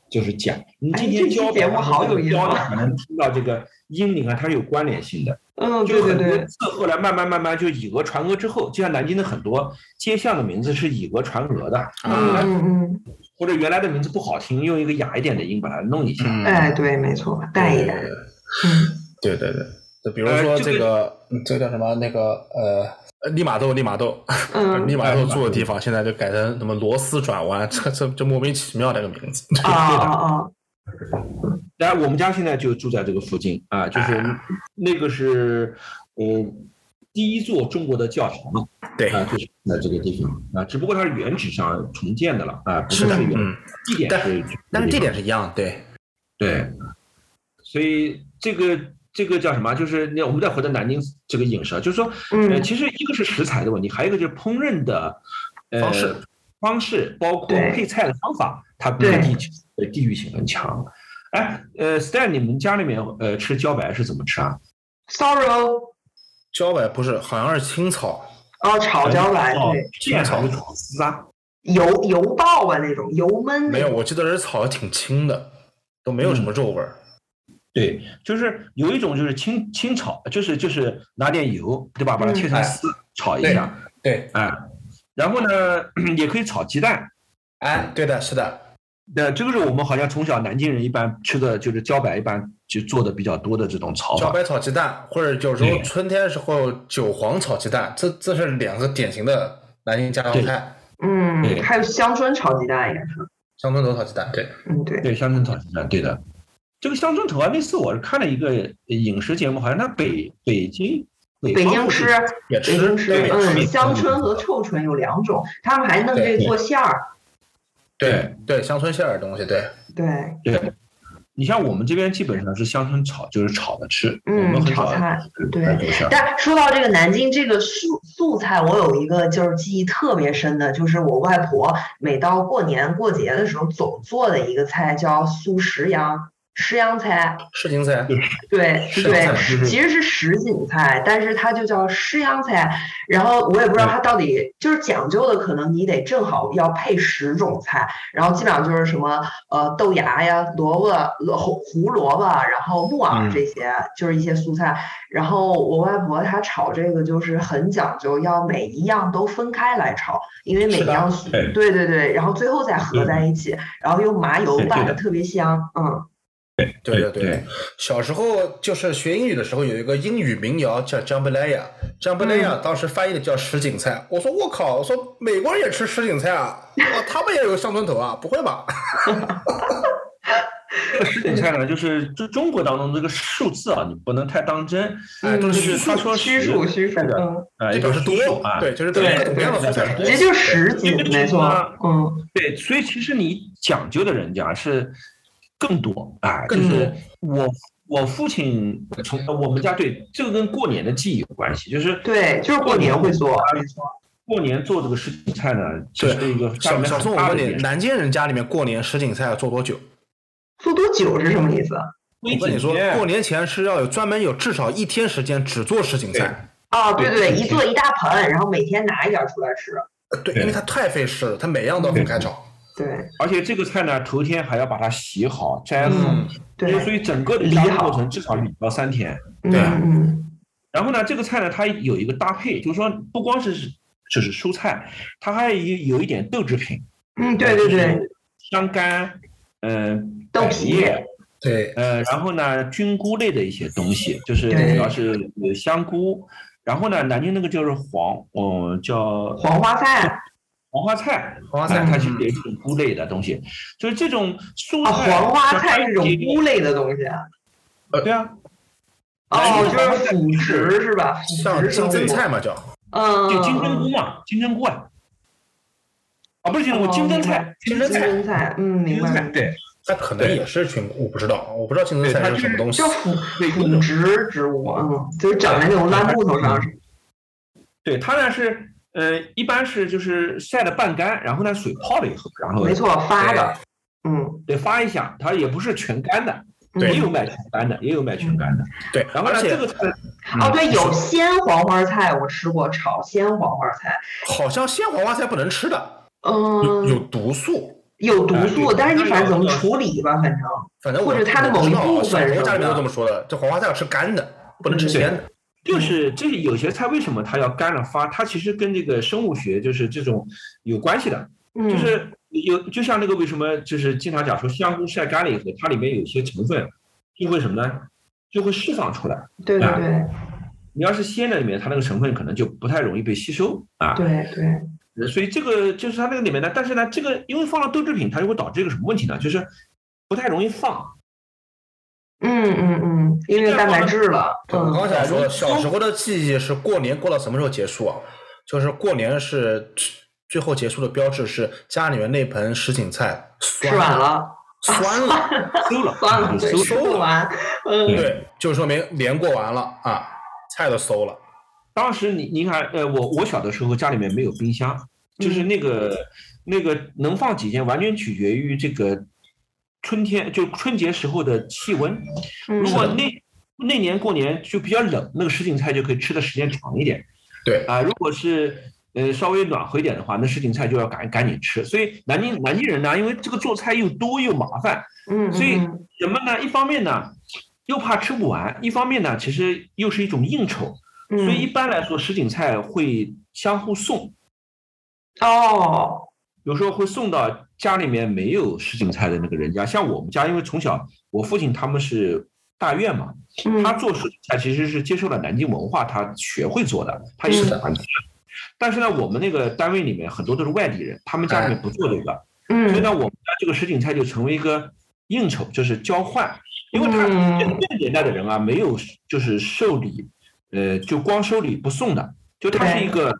S4: 就是讲，你今
S6: 哎这
S4: 天
S6: 期
S4: 教
S6: 节目好有意思啊
S4: 你能听到这个音，你看它是有关联性的。
S6: 嗯，对
S4: 就
S6: 对
S4: 很多
S6: 对，
S4: 字后来慢慢慢慢就以讹传讹之后，就像南京的很多街巷的名字是以讹传讹的，
S6: 嗯嗯
S4: 或者原来的名字不好听，用一个雅一点的音把它弄一下。
S6: 嗯，
S5: 嗯，
S6: 哎，对，没错，带一带，嗯，
S5: 对对对，就比如
S4: 呃
S5: 说
S4: 这
S5: 这个，嗯这个叫什么？那个呃，呃利玛窦，利玛窦，
S6: 嗯
S5: 利玛窦住的地方，
S4: 嗯
S5: 现在就改成什么螺丝转弯，这这这莫名其妙这个名字。
S6: 啊啊
S4: 然后我们家现在就住在这个附近啊，
S6: 哎
S4: 就是那个是嗯第一座中国的教堂嘛，
S5: 对，
S4: 啊，就是在这个地方啊，只不过它是原址上重建的了啊，不是是原
S5: 嗯，
S4: 地点
S5: 但
S4: 是，
S5: 但是
S4: 地
S5: 这
S4: 点。
S5: 点是一样，对，
S4: 对，所以这个这个叫什么？就是那我们再回到南京这个饮食啊，就是说，呃，
S6: 嗯
S4: 其实一个是食材的问题，还有一个就是烹饪的呃
S5: 方式
S4: 方式，包括
S6: 对
S4: 配菜的方法，它比
S6: 对
S4: 地区呃地域性很强。哎，呃，Stan，你们家里面呃吃茭白是怎么吃啊？
S6: ，sorrow，
S5: 茭白不是，好像是青草，
S6: 哦，炒茭白，
S4: 哦
S6: 对，，
S4: 现炒的炒丝啊，
S6: 油油爆吧那种，油焖那
S5: 没有，
S6: 种，
S5: 我记得是炒的挺青的，都没有什么肉味儿。
S4: 对，就是有一种就是清清炒，就是就是拿点油，对吧？把它切成
S6: 哎
S5: 嗯
S4: 丝炒一
S5: 对
S4: 下，
S5: 对，
S4: 哎，然后呢也可以炒鸡蛋。
S5: 哎，对的，是的，
S4: 那这个是我们好像从小南京人一般吃的就是茭白，一般就做的比较多的这种炒
S5: 茭
S4: 法。
S5: 白炒鸡蛋，或者有时候
S4: 对
S5: 春天时候韭黄炒鸡蛋，这这是两个典型的南京家常
S4: 对
S5: 菜。
S6: 嗯，
S4: 对
S6: 还有香椿炒鸡蛋也是，
S5: 乡村头炒鸡蛋，对，
S6: 嗯，对，
S4: 对，乡村炒鸡蛋，对的。这个乡村头啊，那次我是看了一个饮食节目，好像它北北京北
S6: 北
S4: 方
S6: 京
S4: 附近
S6: 吃，
S5: 也
S6: 北京
S5: 吃，
S6: 吃，
S5: 对也吃
S6: 嗯，香椿和臭椿有两种，他们还弄这
S5: 对
S6: 做馅儿，
S5: 对对，乡村馅儿的东西，对，
S6: 对，
S4: 对。你像我们这边基本上是乡村炒，就是炒着吃，
S6: 嗯
S4: 我们很
S6: 炒
S4: 少
S6: 菜
S4: 吃
S6: 对
S4: 哎做馅儿
S6: 但说到这个南京这个素素菜，我有一个就是记忆特别深的，就是我外婆每到过年过节的时候总做的一个菜叫素食羊。石阳菜，
S5: 是青菜，啊
S6: 对
S4: 石阳
S6: 对，
S4: 菜就是
S6: 其实是什锦菜，但是它就叫石阳菜。然后我也
S4: 嗯
S6: 不知道它到底就是讲究的，可能你得正好要配十种菜，然后基本上就是什么呃豆芽呀、萝卜、萝胡胡萝卜，啊然后木耳
S4: 嗯
S6: 这些，就是一些蔬菜。然后我外婆她炒这个就是很讲究，要每一样都分开来炒，因为每一样
S4: 的哎
S6: 对对对，然后最后再合在一起，然后用麻油
S4: 对对
S6: 拌
S4: 的
S6: 的特别香，嗯，
S5: 对对
S4: 对
S5: 对。小时候就是学英语的时候，有一个英语民谣叫 Jambalaya，Jambalaya
S4: 嗯
S5: 当时翻译的叫什锦菜。我说我靠，我说美国人也吃什锦菜啊？哇，他们也有乡村头啊？不 会吧？
S4: 这个什锦菜呢，就是这中国当中这个数字啊，你不能太当真，
S5: 哎，都
S4: 就是
S5: 是
S4: 他说
S6: 虚
S4: 十
S6: 数虚数，
S4: 代表
S6: 嗯，
S4: 啊，
S5: 也
S4: 一个
S5: 表示
S4: 数
S5: 多
S4: 数啊，
S5: 对，就是
S6: 对
S5: 各种各样的蔬菜
S4: 对
S6: 其实
S5: 多。
S6: 就是什锦
S4: 这，个
S6: 没
S4: 是
S6: 错
S4: 吗，
S6: 嗯，
S4: 对，所以其实你讲究的人家是更多啊，就
S5: 更多
S4: 是我我父亲从我们家对这个跟过年的记忆有关系，就是
S6: 对，就是过年会做，没错，
S4: 过年做这个什锦菜呢，其
S5: 对
S4: 实是一个家里
S5: 小
S4: 面
S5: 小
S4: 很
S5: 宋，我
S4: 大的
S5: 问
S4: 一
S5: 你，
S4: 件事。
S5: 南京人家里面过年什锦菜做多久？
S6: 做多久是什么意思？
S5: 我跟你说，过年前是要有专门有至少一天时间只做什锦菜。
S6: 啊，对
S4: 对
S6: 对，
S4: 每
S6: 一
S4: 天
S6: 做一大盆，然后每天拿一点出来吃，
S5: 呃对，因为它太费事了，它每样都分开炒。
S6: 对
S4: 而且这个菜呢，头天还要把它洗好、摘好，
S5: 嗯，
S6: 对，
S4: 所以整个的加工过程至少你要三天。
S6: 嗯
S5: 对啊
S6: 嗯
S4: 然后呢，这个菜呢，它有一个搭配，就是说不光是就是蔬菜，它还有一有一点豆制品，
S6: 嗯，对对对，，
S4: 香干，嗯、
S6: 豆
S4: 百
S6: 皮
S4: 叶
S5: 对，
S4: 呃，然后呢，菌菇类的一些东西，就是
S6: 对
S4: 主要是呃香菇，然后呢，南京那个就是黄，嗯，叫
S6: 黄花菜。
S4: 黄花菜，
S5: 黄花
S4: 哎
S5: 菜
S4: 它是
S5: 嗯
S4: 有一种菇类的东西，就是这种蔬
S6: 啊，
S4: 菜，
S6: 黄花菜是种
S4: 像番茄
S6: 菇类的东西啊，
S4: 对啊，
S6: 哦，就是腐殖是吧？腐
S5: 像
S6: 殖
S5: 金针
S6: 生物
S5: 菜，嘛叫。
S6: 嗯，
S4: 就金针菇嘛，金针菇啊，啊，不是金针菇，金针菜，
S6: 哦金
S4: 金
S6: 针
S4: 针
S6: 菜，金
S4: 菜，
S6: 针菜，嗯，
S4: 金
S6: 明
S4: 针
S6: 白
S4: 菜，
S6: 了，
S4: 对
S5: 它可能
S4: 对
S5: 也是菌菇，我不知道，我不知道青
S4: 对
S5: 春菜
S4: 它
S5: 是
S4: 就
S5: 什么
S4: 是
S5: 东西
S6: 叫。腐
S4: 对
S6: 腐殖植物，嗯，就是长在那种烂木头上，
S4: 对，它呢是呃，一般是就是晒的半干，然后呢水泡了以后，然后
S6: 没错，发的，嗯，嗯
S4: 对发一下，它也不是全干的，
S5: 对
S4: 也有卖全干的，也有卖全干的。
S5: 对，
S4: 然后呢，
S5: 而且
S4: 这个菜
S6: 哦，对，有鲜黄花菜，我吃过炒鲜黄花菜，
S5: 好像鲜黄花菜不能吃的，有有
S6: 嗯，
S5: 毒素，
S6: 有毒素，
S4: 哎对
S6: 但是
S4: 它
S6: 你反正怎么
S4: 有
S6: 处理吧，反正
S5: 反正我
S6: 或者它的某一
S5: 我知道
S6: 部分
S5: 啊我家
S6: 是
S5: 里
S6: 吧
S5: 面都这么说的，这黄花菜要吃干的，不
S4: 嗯
S5: 能吃鲜的。
S4: 就是这有些菜为什么它要干了发？它其实跟这个生物学就是这种有关系的，就
S6: 嗯
S4: 是有就像那个为什么就是经常讲说香菇晒干了以后，它里面有些成分就会什么呢？就会释放出来。
S6: 对对对
S4: 哎你要是鲜的里面，它那个成分可能就不太容易被吸收啊。
S6: 对对，
S4: 所以这个就是它那个里面呢，但是呢，这个因为放了豆制品，它就会导致一个什么问题呢？就是不太容易放。
S6: 嗯嗯嗯，因为蛋白质了，
S5: 我
S6: 嗯
S5: 刚才说小时候的记忆是过年过到什么时候结束啊？就是过年是最最后结束的标志是家里面那盆什锦菜
S6: 吃
S5: 酸
S6: 完，了，
S5: 酸了，
S4: 馊了，
S6: 算了，
S4: 就
S6: 对，
S4: 馊
S6: 吃
S4: 嗯了。
S6: 不完，嗯
S5: 对，就说明年过完了啊，菜都馊了。
S4: 当时你你看，呃，我我小的时候家里面没有冰箱，就是那个、那个能放几天，完全取决于这个春天，就春节时候的气温。
S6: 嗯
S4: 如果那那年过年就比较冷，那个什锦菜就可以吃的时间长一点
S5: 对，
S4: 啊、如果是呃稍微暖和一点的话，那什锦菜就要赶赶紧吃。所以南京南京人呢，因为这个做菜又多又麻烦，
S6: 嗯，
S4: 所以
S6: 嗯嗯
S4: 人们呢一方面呢又怕吃不完，一方面呢其实又是一种应酬。
S6: 嗯
S4: 所以一般来说，什锦菜会相互送，
S6: 哦，
S4: 有时候会送到家里面没有什锦菜的那个人家。像我们家，因为从小我父亲他们是大院嘛，
S6: 嗯
S4: 他做什锦菜其实是接受了南京文化，他学会做的，他也
S6: 嗯
S4: 喜欢吃。但是呢，我们那个单位里面很多都是外地人，他们家里面不做这个，所以
S6: 嗯
S4: 呢，我们家这个什锦菜就成为一个应酬，就是交换，因为他
S6: 嗯
S4: 这这个年代的人啊，没有就是受礼，呃，就光收礼不送的，就它是一个，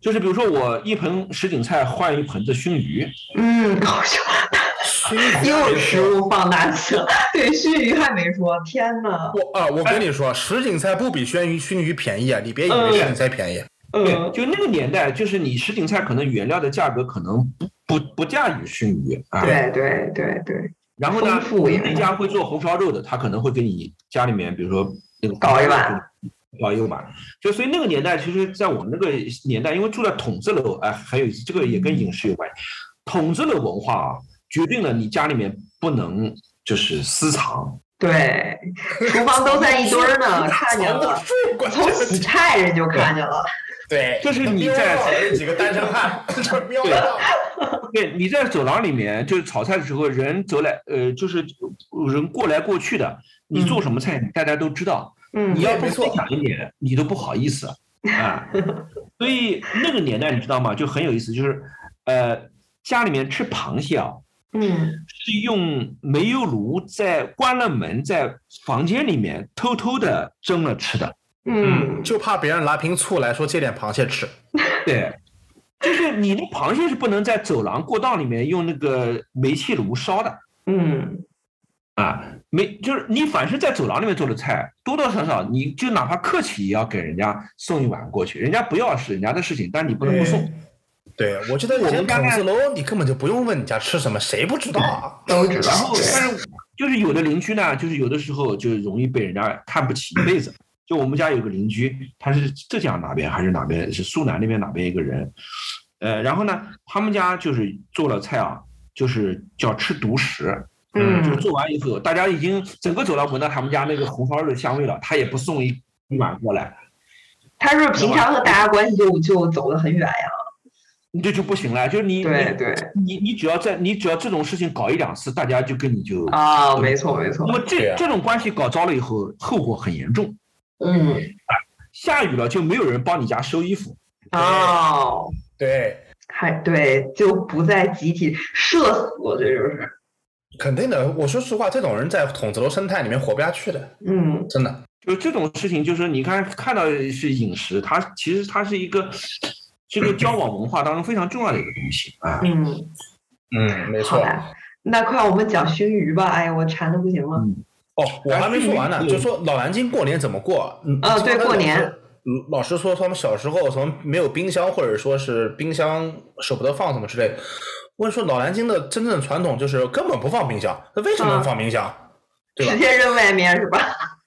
S4: 就是比如说我一盆什锦菜换一盆子熏鱼，
S6: 嗯，好像
S4: 哎
S6: 又有食物放大词，对， 熏鱼还没说，天呐，
S5: 我啊，我跟你说，什锦菜不比鲜鱼熏鱼便宜啊！你别以为什锦菜便宜，
S4: 对
S6: 嗯，
S4: 就那个年代，就是你什锦菜可能原料的价格可能不不不价于熏鱼啊，
S6: 对对对对，
S4: 然后呢
S6: 丰，富也
S4: 人家会做红烧肉的，他可能会给你家里面，比如说那个
S6: 搞一碗，
S4: 搞一碗。就所以那个年代，其实在我们那个年代，因为住在筒子楼，哎，还有这个也跟饮食有关系。筒子楼文化啊，决定了你家里面不能就是私藏，
S6: 对，厨房都在一堆儿呢，看见
S5: 藏
S6: 了
S5: 不，住关键
S6: 从洗菜人就看见了，
S5: 对，
S4: 就是你在
S5: 瞄到人几个单身 汉，这瞄得到。
S4: 对，你在走廊里面就是炒菜的时候，人走来，呃，就是人过来过去的，你做什么菜，大家都知道。
S6: 嗯
S4: 你要
S5: 没
S4: 不
S5: 错
S4: 分享一点，你都不好意思 啊。所以那个年代你知道吗？就很有意思，就是呃，家里面吃螃蟹啊，
S6: 嗯，
S4: 是用煤油炉在关了门，在房间里面偷偷的蒸了吃的。
S6: 嗯，
S5: 就怕别人拿瓶醋来说借点螃蟹吃。
S4: 对，就是你的螃蟹是不能在走廊过道里面用那个煤气炉烧的。
S6: 嗯，
S4: 啊，没，就是你凡是在走廊里面做的菜，多多少少你就哪怕客气也要给人家送一碗过去，人家不要是人家的事情，但你不能不送。
S5: 对，我记得以前筒子楼，你根本就不用问你家吃什么，谁不知道啊？
S6: 都知
S4: 然
S6: 道，
S4: 后，但是就是有的邻居呢，就是有的时候就容易被人家看不起一辈子。就我们家有个邻居，他是浙江哪边还是哪边，是苏南那边哪边一个人，呃，然后呢，他们家就是做了菜啊，就是叫吃独食，
S6: 嗯
S4: 就是做完以后，大家已经整个走廊闻到他们家那个红烧肉的香味了，他也不送一一碗过来，
S6: 他是不是平常和大家关系就就走得很远呀？
S4: 你这就不行了，就是你
S6: 对对，
S4: 你你你只要在你只要这种事情搞一两次，大家就跟你就，
S6: 啊，没错没错
S4: 那，么这、
S5: 对啊
S4: 这种关系搞糟了以后，后果很严重。
S6: 嗯，
S4: 下雨了就没有人帮你家收衣服，
S6: 哦，
S5: 对，
S6: 还对，就不再集体社死，我觉得就是，
S5: 肯定的。我说实话，这种人在筒子楼生态里面活不下去的，
S6: 嗯
S5: 真的。
S4: 就是这种事情，就是你看看到是饮食，它其实它是一个这个交往文化当中非常重要的一个东西啊。
S6: 嗯。
S5: 嗯，没
S6: 好
S5: 错。
S6: 吧，那快我们讲熏鱼吧，哎呀，我馋的不行了。
S5: 哦，我还没说完呢，就说老南京过年怎么过？嗯
S6: 啊对过年。
S5: 嗯老师说他们小时候什么没有冰箱，或者说是冰箱舍不得放什么之类的。
S6: 嗯
S5: 我跟你说，老南京的真正的传统就是根本不放冰箱，那为什么能放冰箱？对吧
S6: 直？接扔外面是吧？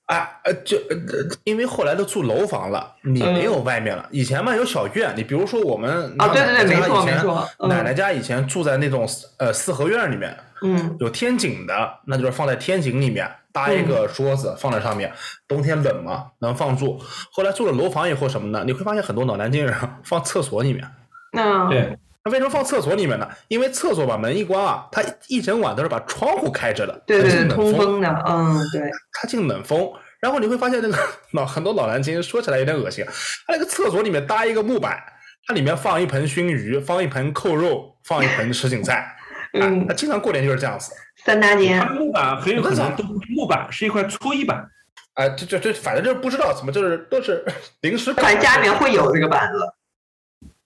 S5: 啊，呃，就呃呃因为后来都住楼房了，你
S6: 嗯
S5: 没有外面了。以前嘛有小院，你比如说我们
S6: 啊，对对
S5: 奶奶
S6: 对，
S5: 家
S6: 没错
S5: 以前
S6: 没错，
S5: 奶
S6: 嗯
S5: 奶家以前住在那种呃四合院里面，
S6: 嗯
S5: 有天井的，那就是放在天井里面搭一个桌子放在上面，冬天冷嘛能放住。后来住了楼房以后什么呢？你会发现很多老南京人放厕所里面。
S6: 那
S4: 对，
S5: 那为什么放厕所里面呢？因为厕所把门一关啊，它一整晚都是把窗户开着的，
S6: 对
S5: 啊它
S6: 对
S5: 进
S6: 对，
S5: 冷
S6: 通风的，嗯 对，
S5: 它进冷风。然后你会发现，那个老很多老南京说起来有点恶心，啊它那个厕所里面搭一个木板，它里面放一盆熏鱼，放一盆扣肉，放一盆什锦菜。啊
S6: 嗯，
S5: 那经常过年就是这样子。
S6: 三大件
S4: 它，木板很有可能都不是木板，是一块搓衣板。
S5: 啊，这这这，反正就是不知道什么，就是都是 临时
S6: 反正家里面会有这个板子，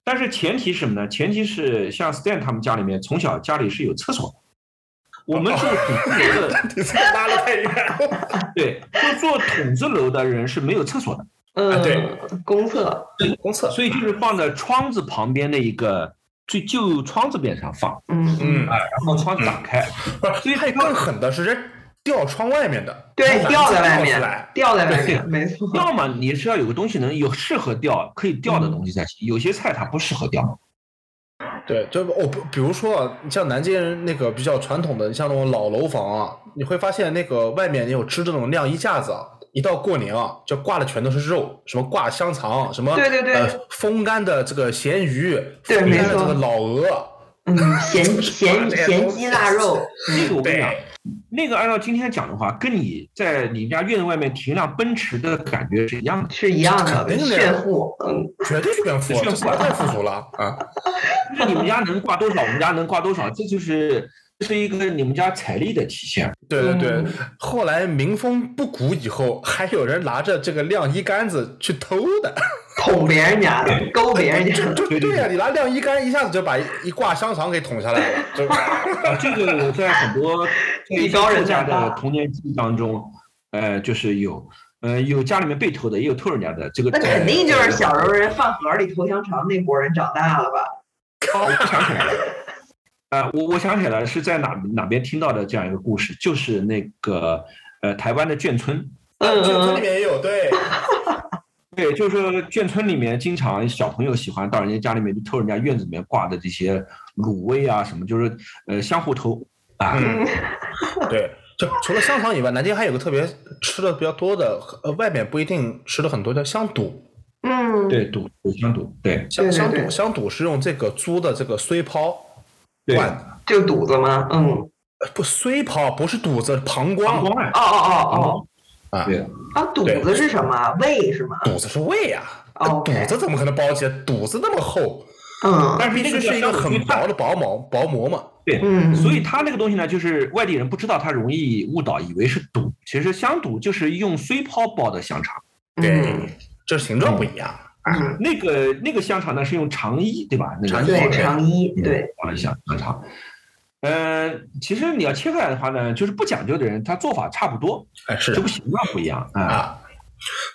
S4: 但是前提是什么呢？前提是像 Stan 他们家里面从小家里是有厕所的，我们住筒子楼 的，
S5: 你这个拉的太远了。
S4: 对，就做筒子楼的人是没有厕所的，
S5: 啊
S6: 嗯，
S5: 对，
S6: 公厕，
S5: 公厕，
S4: 所以就是放在窗子旁边的一个最旧窗子边上放，啊
S6: 嗯
S5: 嗯，
S4: 然后窗子打开，
S5: 所以还有更狠的是人掉窗外面的，
S6: 对，吊在外
S5: 出
S6: 面
S5: 来，
S6: 吊在外面，没错，
S4: 要么你是要有个东西能有适合钓可以钓的东西才行，有些菜它不适合钓。
S6: 嗯
S5: 对，就我、不，比如说啊，你像南京人那个比较传统的，像那种老楼房啊，你会发现那个外面也有支这种晾衣架子啊。一到过年啊，就挂的全都是肉，什么挂香肠，什么
S6: 对对对
S5: 呃，风干的这个咸鱼，
S6: 对
S5: 风
S6: 没
S5: 干的
S6: 错
S5: 这个老鹅，
S6: 嗯， 咸咸咸鸡腊肉，
S4: 那个我跟你讲，那个按照今天讲的话，跟你在你家院子外面停一辆奔驰的感觉是一样的。
S6: 是一样的，
S5: 肯定的呀
S6: 炫富，嗯，
S5: 绝对炫富，
S4: 炫
S5: 这
S4: 富啊
S5: 太富足了啊！
S4: 就是你们家能挂多少，我们家能挂多少，这就是这是一个你们家财力的体现。
S5: 对对对，
S6: 嗯
S5: 后来民风不古以后，还有人拿着这个晾衣杆子去偷的，
S6: 捅别人家的，勾别人家
S5: 就
S6: 的，
S5: 就对呀、你拿晾衣杆一下子就把一一挂香肠给捅下来了，
S6: 嗯
S5: 就
S4: 啊，这个我在很 多
S6: 艺高人
S4: 家
S6: 胆大
S4: 的童年记忆当中，呃，就是有，呃，有家里面被偷的，也有偷人家的。这个
S6: 那肯定就是
S4: 想
S6: 小时候人饭盒里投香肠那波人长大了吧？
S4: 我想起来了，呃，我我想起来了是在哪哪边听到的这样一个故事，就是那个呃台湾的眷村。
S6: 嗯
S5: 眷村里
S6: 嗯，
S5: 面也有对，
S4: 对，就是说眷村里面经常小朋友喜欢到人家家里面去偷人家院子里面挂的这些卤味啊什么，就是呃相互偷啊。
S5: 嗯，对。就除了香肠以外，南京还有个特别吃的比较多的，呃，外面不一定吃的很多，叫香肚。
S6: 嗯，
S4: 对，赌赌相赌，对
S5: 香
S6: 对对
S5: 香
S6: 对
S5: 肚香肚是用这个猪的这个髓泡
S4: 对，
S5: 灌的，
S6: 就肚子吗？嗯，哦
S5: 呃不髓泡不是肚子，膀
S4: 膀
S5: 胱
S4: 胱啊，
S6: 哦哦
S5: 啊，
S4: 对，
S6: 哦，啊，肚子是什么？胃是吗？
S5: 肚子是胃啊，那
S6: 哦 OK
S5: 肚子怎么可能包起来？肚子那么厚，
S6: 嗯
S4: 但是
S5: 必
S4: 那
S5: 须
S4: 个
S5: 是一
S4: 叫
S5: 个
S4: 香
S5: 很
S4: 肠
S5: 薄的薄毛薄膜嘛。
S4: 对。
S6: 嗯，
S4: 所以它那个东西呢，就是外地人不知道，他容易误导，以为是赌。其实香赌就是用髓泡包的香肠，
S6: 嗯，
S5: 就是形状不一样。
S6: 嗯，
S4: 那个那个香肠呢是用肠衣，对吧？那个
S5: 肠衣
S6: 对，
S5: 对
S6: 肠衣，对，
S4: 放了一嗯下香肠。呃，其实你要切开来的话呢，就是不讲究的人，他做法差不多，
S6: 嗯
S5: 哎，是
S4: 这不形状不一样啊。
S5: 啊，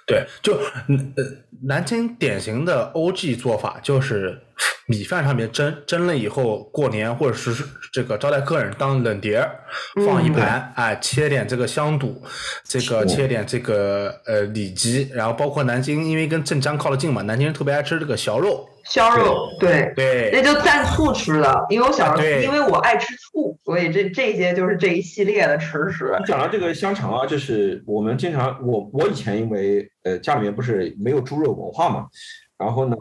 S5: 对，就嗯呃，南京典型的 OG 做法就是米饭上面蒸蒸了以后，过年或者是这个招待客人当冷碟儿
S6: 嗯
S5: 放一盘，哎，切点这个香肚，这个切点这个呃里脊，然后包括南京，因为跟镇江靠得近嘛，南京人特别爱吃这个小肉，
S6: 削肉，对。那
S5: 对，
S6: 就蘸醋吃的，因为我小时
S5: 啊
S6: 候，
S5: 对
S6: 因为我爱吃醋，所以这这些就是这一系列的吃食。
S4: 讲到这个香肠啊，就是我们经常，我我以前因为呃家里面不是没有猪肉文化嘛，然后呢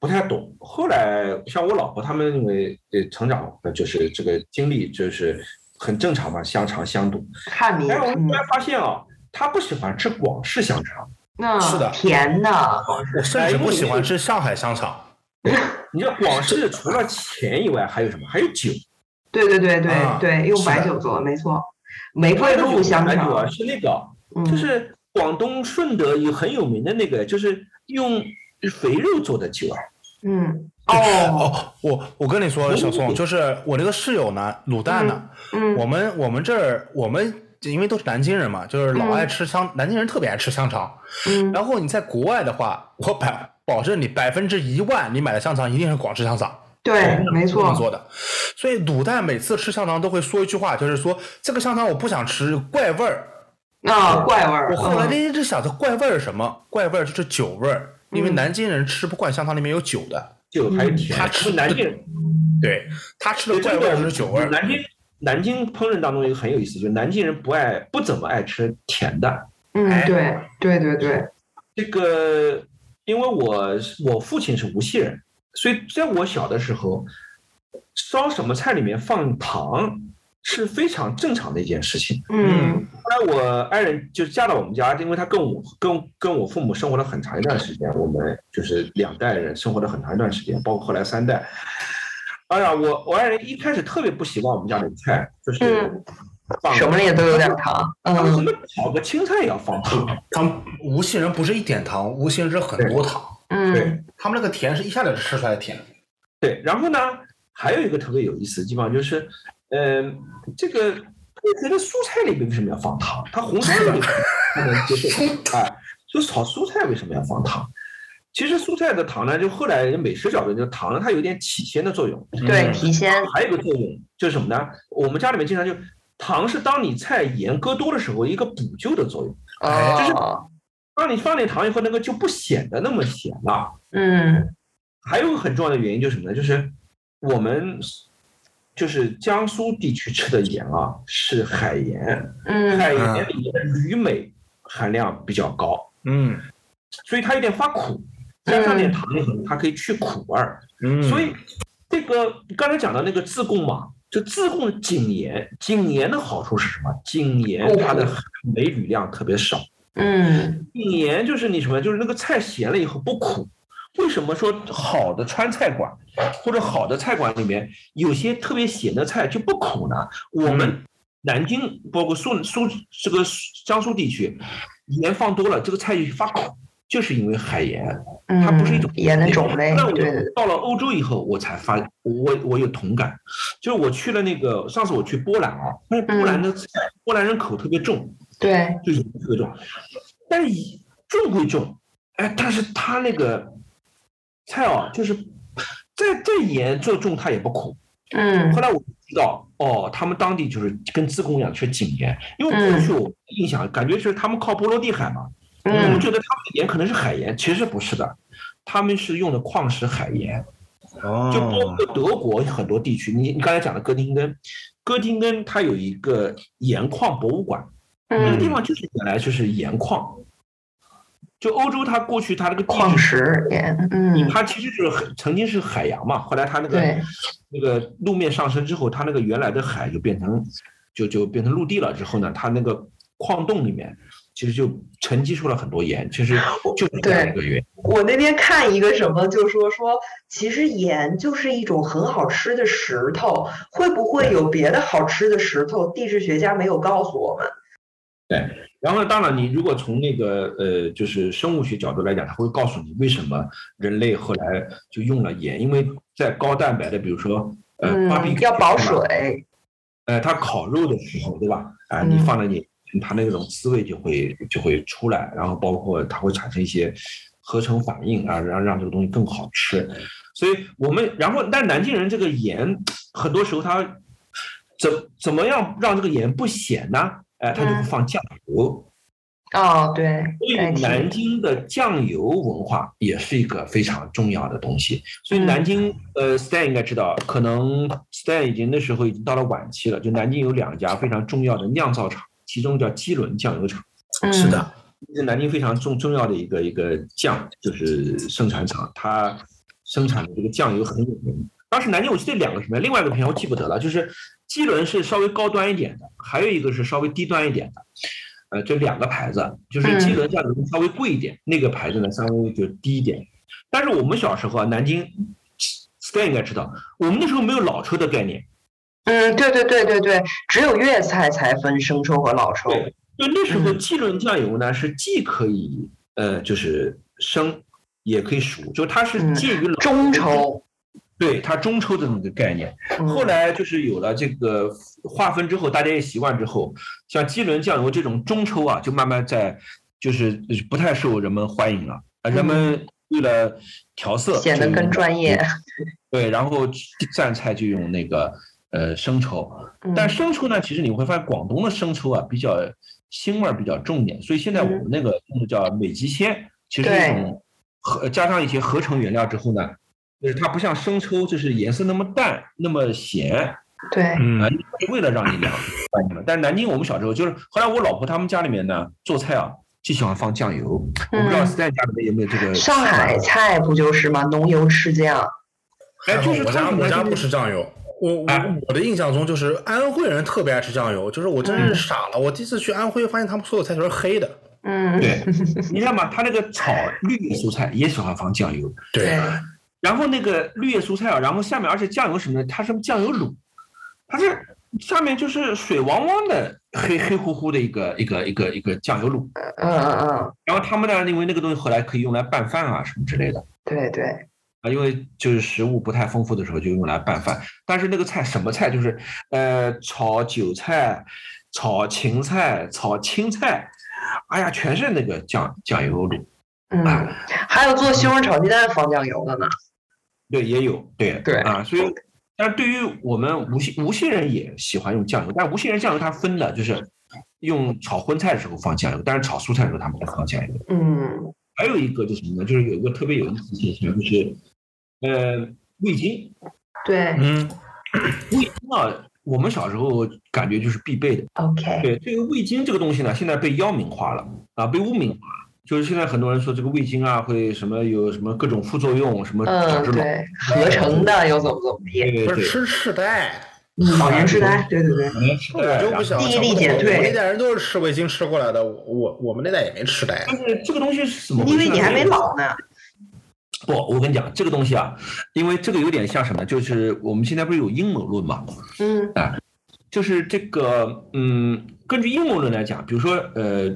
S4: 不太懂，后来像我老婆他们因为呃成长呃就是这个经历就是很正常嘛，香肠香肚，
S6: 看你，
S4: 但是我们
S6: 嗯
S4: 突然发现啊，她不喜欢吃广式香肠，
S6: 那
S5: 是的
S6: 甜的，
S5: 我甚至不喜欢吃上海香肠。
S4: 你知道广式除了钱以外还有什么？还有酒。
S6: 对对对对
S5: 啊
S6: 对，用
S5: 是
S6: 白
S5: 的
S6: 酒做，没错，玫瑰露香
S4: 白酒啊，
S6: 肠，
S4: 是那个，
S6: 嗯
S4: 就是广东顺德有很有名的那个，就是用肥肉做的酒啊。
S6: 嗯，哦，
S5: 哦，我我跟你说，小宋，就是我这个室友呢，卤蛋呢，
S6: 嗯，
S5: 我们我们这儿我们因为都是南京人嘛，就是老
S6: 嗯
S5: 爱吃香，南京人特别爱吃香肠。
S6: 嗯
S5: 然 后你在国外的话，我百保证你百分之一万，你买的香肠一定是广式香肠。
S6: 对，没
S5: 这么
S6: 错，
S5: 做的。所以卤蛋每次吃香肠都会说一句话，就是说这个香肠我不想吃，怪味儿。
S6: 啊，怪味儿。
S5: 我后来
S6: 嗯
S5: 一直想，这怪味儿是什么？怪味儿就是酒味儿，因为
S6: 嗯
S5: 南京人吃不惯香肠里面有酒的。
S4: 就还是甜。
S5: 嗯他
S4: 吃
S5: 吃
S4: 南京人，
S5: 对他吃的
S4: 对
S5: 怪
S4: 这
S5: 味儿
S4: 个
S5: 就是酒味儿。
S4: 南京南京烹饪当中有一个很有意思，就是南京人不爱不怎么爱吃甜的。
S6: 嗯，
S5: 哎
S6: 对，对对对，
S4: 这个，因为我我父亲是无锡人，所以在我小的时候，烧什么菜里面放糖是非常正常的一件事情。
S6: 嗯
S4: 后来我爱人就嫁到我们家，因为她跟我跟跟我父母生活了很长一段时间，我们就是两代人生活了很长一段时间，包括后来三代。哎呀，我我爱人一开始特别不习惯我们家里的菜，就是
S6: 嗯
S4: 放
S6: 什么也都有点糖。
S4: 他们什
S6: 嗯，
S4: 么炒个青菜也要放 糖。
S5: 他们无锡人不是一点糖，无锡人是很多糖。
S6: 嗯，
S5: 他们那个甜是一下子吃出来的甜。
S4: 对，然后呢，还有一个特别有意思的地方就是，嗯、这个我觉得蔬菜里面为什么要放糖？它红烧肉里面不能接受啊，就炒蔬菜为什么要放糖？其实蔬菜的糖呢，就后来美食角度就糖呢，它有点体鲜的作用。
S6: 对，提鲜。
S4: 还有一个作用就是什么呢？我们家里面经常就糖是当你菜盐搁多的时候一个补救的作用，就是
S6: 哦，
S4: 当你放点糖以后，那个就不显得那么咸了。
S6: 嗯
S4: 还有一个很重要的原因就是什么呢？就是我们就是江苏地区吃的盐啊，是海盐，
S6: 嗯
S4: 海盐里面的铝镁含量比较高，
S5: 嗯
S4: 所以它有点发苦，加上点糖以后，它可以去苦味儿。
S5: 嗯
S4: 所以这个刚才讲到那个自贡嘛，就自贡的井盐，井盐的好处是什么？井盐它的镁铝量特别少。
S6: 嗯
S4: 盐就是你什么，就是那个菜咸了以后不苦。为什么说好的川菜馆或者好的菜馆里面有些特别咸的菜就不苦呢？我
S6: 嗯
S4: 们南京包括苏苏这个江苏地区，盐放多了，这个菜就发苦，就是因为海盐。
S6: 嗯，
S4: 它不是一种
S6: 盐的种类。
S4: 那
S6: 对
S4: 我
S6: 对对，
S4: 到了欧洲以后，我才发，我我有同感，就是我去了那个上次我去波兰啊，那波
S6: 嗯
S4: 兰的菜，波兰人口特别重，
S6: 对
S4: 就盐特别重，但是以重归重，哎，但是他那个菜哦，就是再再盐做重它也不苦。
S6: 嗯
S4: 后来我知道，哦，他们当地就是跟自贡一样缺井盐，因为过去我印象感觉就是他们靠波罗的海嘛，我们
S6: 嗯
S4: 觉得他们的盐可能是海盐，其实不是的，他们是用的矿石海盐。就包
S5: 哦
S4: 括德国很多地区，你你刚才讲的哥廷根，哥廷根它有一个盐矿博物馆，那个
S6: 嗯，
S4: 地方就是原来就是盐矿。就欧洲，它过去它那个地质
S6: 矿，石盐。嗯，
S4: 它其实就是很曾经是海洋嘛，后来它那个
S6: 对，
S4: 那个路面上升之后，它那个原来的海就变成就就变成陆地了。之后呢，它那个矿洞里面其实就沉积出了很多盐，其实
S6: 哦
S4: 就是这样一个原因。
S6: 我那天看一个什么，就说说，其实盐就是一种很好吃的石头，会不会有别的好吃的石头？地质学家没有告诉我们。
S4: 然后呢，当然，你如果从那个呃，就是生物学角度来讲，它会告诉你为什么人类后来就用了盐，因为在高蛋白的，比如说呃，芭比
S6: 嗯，要保，水。
S4: 呃，它烤肉的时候，对吧？啊、
S6: 嗯
S4: 你放了盐，它那种滋味就会就会出来，然后包括它会产生一些合成反应啊，让让这个东西更好吃。所以我们，然后但南京人这个盐，很多时候他怎怎么样让这个盐不咸呢？哎、他就会
S6: 嗯
S4: 放酱油。
S6: 哦，对，
S4: 所以
S6: 代替
S4: 南京的酱油文化也是一个非常重要的东西。所以
S6: 嗯
S4: 南京，呃，Stan 应该知道，可能 Stan 已经那时候已经到了晚期了。就南京有两家非常重要的酿造厂，其中叫基伦酱油厂，
S6: 嗯
S5: 是的，
S4: 是南京非常重重要的一个一个酱，就是生产厂，它生产的这个酱油很有名。当时南京我记得两个品牌，另外一个品牌我记不得了，就是基伦是稍微高端一点的，还有一个是稍微低端一点的。呃，这两个牌子，就是基伦价格稍微贵一点，那个牌子呢稍微就低一点。但是我们小时候啊，南京 Stan 应该知道，我们那时候没有老抽的概念，
S6: 嗯，对对对对对，只有粤菜才分生抽和老抽。
S4: 对就那时候
S6: 嗯
S4: 基伦酱油呢是既可以呃就是生，也可以熟，就它是
S6: 嗯
S4: 介于老
S6: 中，抽，
S4: 对它中抽的那个概念。
S6: 嗯
S4: 后来就是有了这个划分之后，大家也习惯之后，像基伦酱油这种中抽啊，就慢慢在就是就是不太呃受人们欢迎了。啊，人们为了调色，
S6: 嗯显得
S4: 就
S6: 更专业。
S4: 对，然后蘸菜就用那个呃生抽，
S6: 嗯
S4: 但生抽呢，其实你会发现广东的生抽啊比较腥味儿比较重一点，所以现在我们那个用的叫美极鲜，其实
S6: 嗯对
S4: 一种合加上一些合成原料之后呢，就是它不像生抽，就是颜色那么淡那么咸，
S6: 对，
S5: 嗯
S4: 南京是为了让你凉快你们。但是南京我们小时候就是，后来我老婆他们家里面呢做菜啊，就喜欢放酱油。我不知道
S6: 嗯
S4: s t a 家里面有没有这个啊
S6: 上海菜不就是吗？浓油赤酱，
S4: 哎，就是他
S5: 我家
S4: 们
S5: 我
S4: 南
S5: 家
S4: 京
S5: 不吃酱油。我我我的印象中就是安徽人特别爱吃酱油，就是我真是傻了。我第一次去安徽，发现他们所有菜全是黑的。
S6: 嗯，
S4: 对，你看嘛，他那个炒绿叶蔬菜也喜欢放酱油，
S6: 对，嗯
S4: 然后那个绿叶蔬菜啊，然后下面而且酱油什么的，它是酱油卤，它是下面就是水汪汪的黑黑乎乎的一个一个一个一个酱油卤。
S6: 嗯嗯嗯，
S4: 然后他们呢，因为那个东西后来可以用来拌饭啊什么之类的。
S6: 对对，
S4: 啊，因为就是食物不太丰富的时候就用来拌饭，但是那个菜什么菜就是，呃，炒韭菜、炒芹菜、炒青菜，哎呀，全是那个酱酱油卤，
S6: 嗯，
S4: 啊
S6: 还有做西红柿炒鸡蛋放酱油的呢，
S4: 对，也有，对
S6: 对
S4: 啊，所以，但是对于我们无锡无锡人也喜欢用酱油，但是无锡人酱油它分的就是用炒荤菜的时候放酱油，但是炒蔬菜的时候他们不放酱油。
S6: 嗯
S4: 还有一个就是什么呢？就是有一个特别有意思的现象，就是，呃，味精。
S6: 对
S5: 嗯，
S4: 味精啊，我们小时候感觉就是必备的。
S6: ，OK，
S4: 对，这个味精这个东西呢，现在被妖名化了啊，被污名化了。就是现在很多人说这个味精啊，会什么有什么各种副作用，什么导致
S6: 嗯
S4: 老
S6: 对，合成的又怎么怎么地，
S4: 对
S5: 不
S4: 对
S5: 是吃世代，
S4: 嗯
S6: 老年痴呆，对对对，
S5: 我就不想。
S6: 记忆力
S5: 我
S6: 减退
S5: 啊我那代人都是吃味精吃过来的，我我我们那代也没吃代。
S4: 但是这个东西是怎么回
S6: 因
S4: 事呢？啊
S6: 为你还没老呢，
S4: 不，我跟你讲，这个东西啊，因为这个有点像什么，就是我们现在不是有阴谋论嘛，
S6: 嗯
S4: 就是这个，嗯，根据阴谋论来讲，比如说，呃，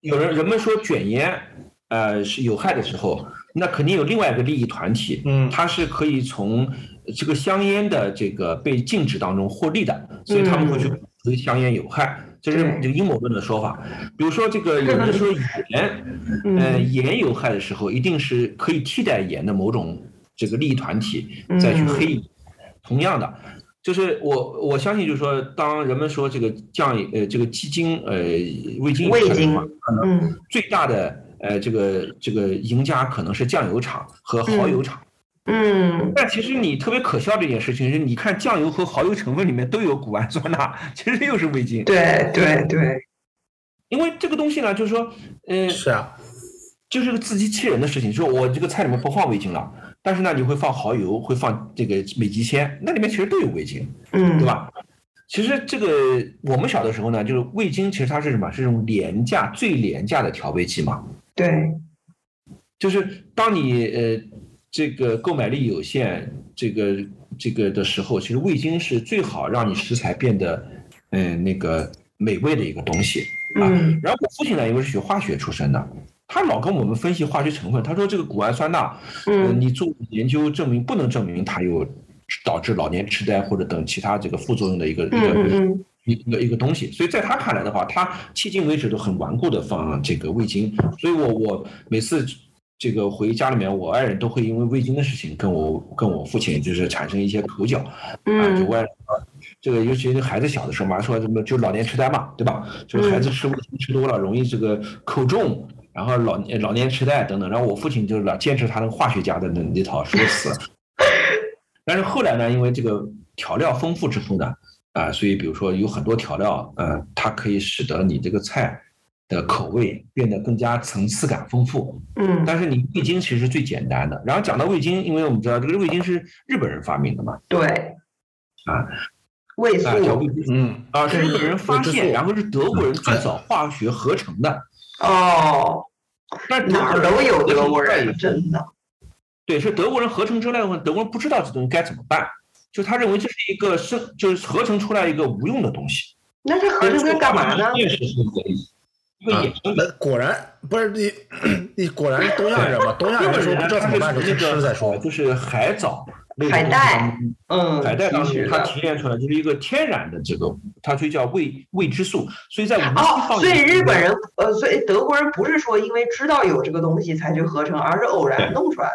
S4: 有人人们说卷烟，呃，是有害的时候，那肯定有另外一个利益团体，
S5: 嗯
S4: 它是可以从这个香烟的这个被禁止当中获利的，所以他们会去对香烟有害，这是
S6: 嗯对
S4: 这个阴谋论的说法。比如说，这个有人说盐，呃，
S6: 嗯
S4: 盐有害的时候，一定是可以替代盐的某种这个利益团体
S6: 嗯
S4: 再去黑盐。同样的，就是我我相信，就是说，当人们说这个酱呃这个鸡精呃味精有害
S6: 味
S4: 的
S6: 精
S4: 话
S6: 嗯，
S4: 最大的呃这个这个赢家可能是酱油厂和蚝油厂。
S6: 嗯
S4: 但其实你特别可笑的一件事情是，你看酱油和蚝油成分里面都有谷氨酸钠，其实又是味精。，
S6: 对对对，
S4: 因为这个东西呢，就是说，呃，
S5: 是啊，
S4: 就是个自欺欺人的事情。说我这个菜里面不放味精了，但是呢，你会放蚝油，会放这个美极鲜，那里面其实都有味精，
S6: 嗯
S4: 对吧？其实这个我们小的时候呢，就是味精，其实它是什么？是一种廉价、最廉价的调味剂嘛。
S6: 对，
S4: 就是当你呃这个购买力有限，这个这个的时候，其实味精是最好让你食材变得嗯、那个美味的一个东西。
S6: 嗯
S4: 然后我父亲呢，因为是学化学出身的，他老跟我们分析化学成分，他说这个谷氨酸钠，呃，
S6: 嗯
S4: 你做研究证明不能证明它有导致老年痴呆或者等其他这个副作用的一个一
S6: 嗯
S4: 个
S6: 嗯
S4: 一一个一个东西，所以在他看来的话，他迄今为止都很顽固的放这个味精，所以我我每次这个回家里面，我爱人都会因为味精的事情跟我跟我父亲就是产生一些口角，啊，就
S6: 嗯
S4: 外这个，尤其是孩子小的时候嘛，说什么就老年痴呆嘛，对吧？就是孩子吃味精吃多了，容易这个口重，然后老年老年痴呆等等。然后我父亲就是老坚持他那个化学家的那那套说辞， 但是后来呢，因为这个调料丰富之后呢，啊、所以比如说有很多调料，呃，它可以使得你这个菜的口味变得更加层次感丰富，
S6: 嗯，
S4: 但是你味精其实是最简单的。然后讲到味精，因为我们知道这个味精是日本人发明的嘛，
S6: 对，味
S4: 啊，叫
S6: 素
S4: 味精。
S5: 嗯，
S4: 啊，是日本人发
S5: 对
S4: 现，然后是德国人
S6: 哎
S4: 最早化学合成的。
S6: 哦，
S4: 但是德
S6: 哪
S4: 国
S6: 儿
S4: 人
S6: 都有
S4: 德
S6: 德国
S4: 人
S6: 人，真的，
S4: 对，是德国人合成之后，德国人不知道这东西该怎么办，就他认为这是一个生，就是合成出来一个无用的东西。
S6: 啊那这合成跟干嘛呢？
S4: 也是一个
S5: 嗯
S4: 衍生的。
S5: 啊那果然不是你，你果然东亚人嘛，东亚
S4: 日
S5: 人
S4: 本
S5: 说
S4: 人
S5: 不
S4: 呢
S5: 知道怎么办，
S4: 他
S5: 就是先
S4: 从
S5: 吃
S4: 那
S5: 再
S4: 个
S5: 说
S4: 呃。就是海藻那个
S6: 海带嗯，
S4: 海带当
S6: 提取
S4: 时它
S6: 的。
S4: 提炼出来就是一个天然的这个，它所以叫味味之素，所以在无机
S6: 哦，
S4: 放
S6: 所以
S4: 盐
S6: 日本人呃，所以德国人不是说因为知道有这个东西才去合成，而是偶然弄出来的。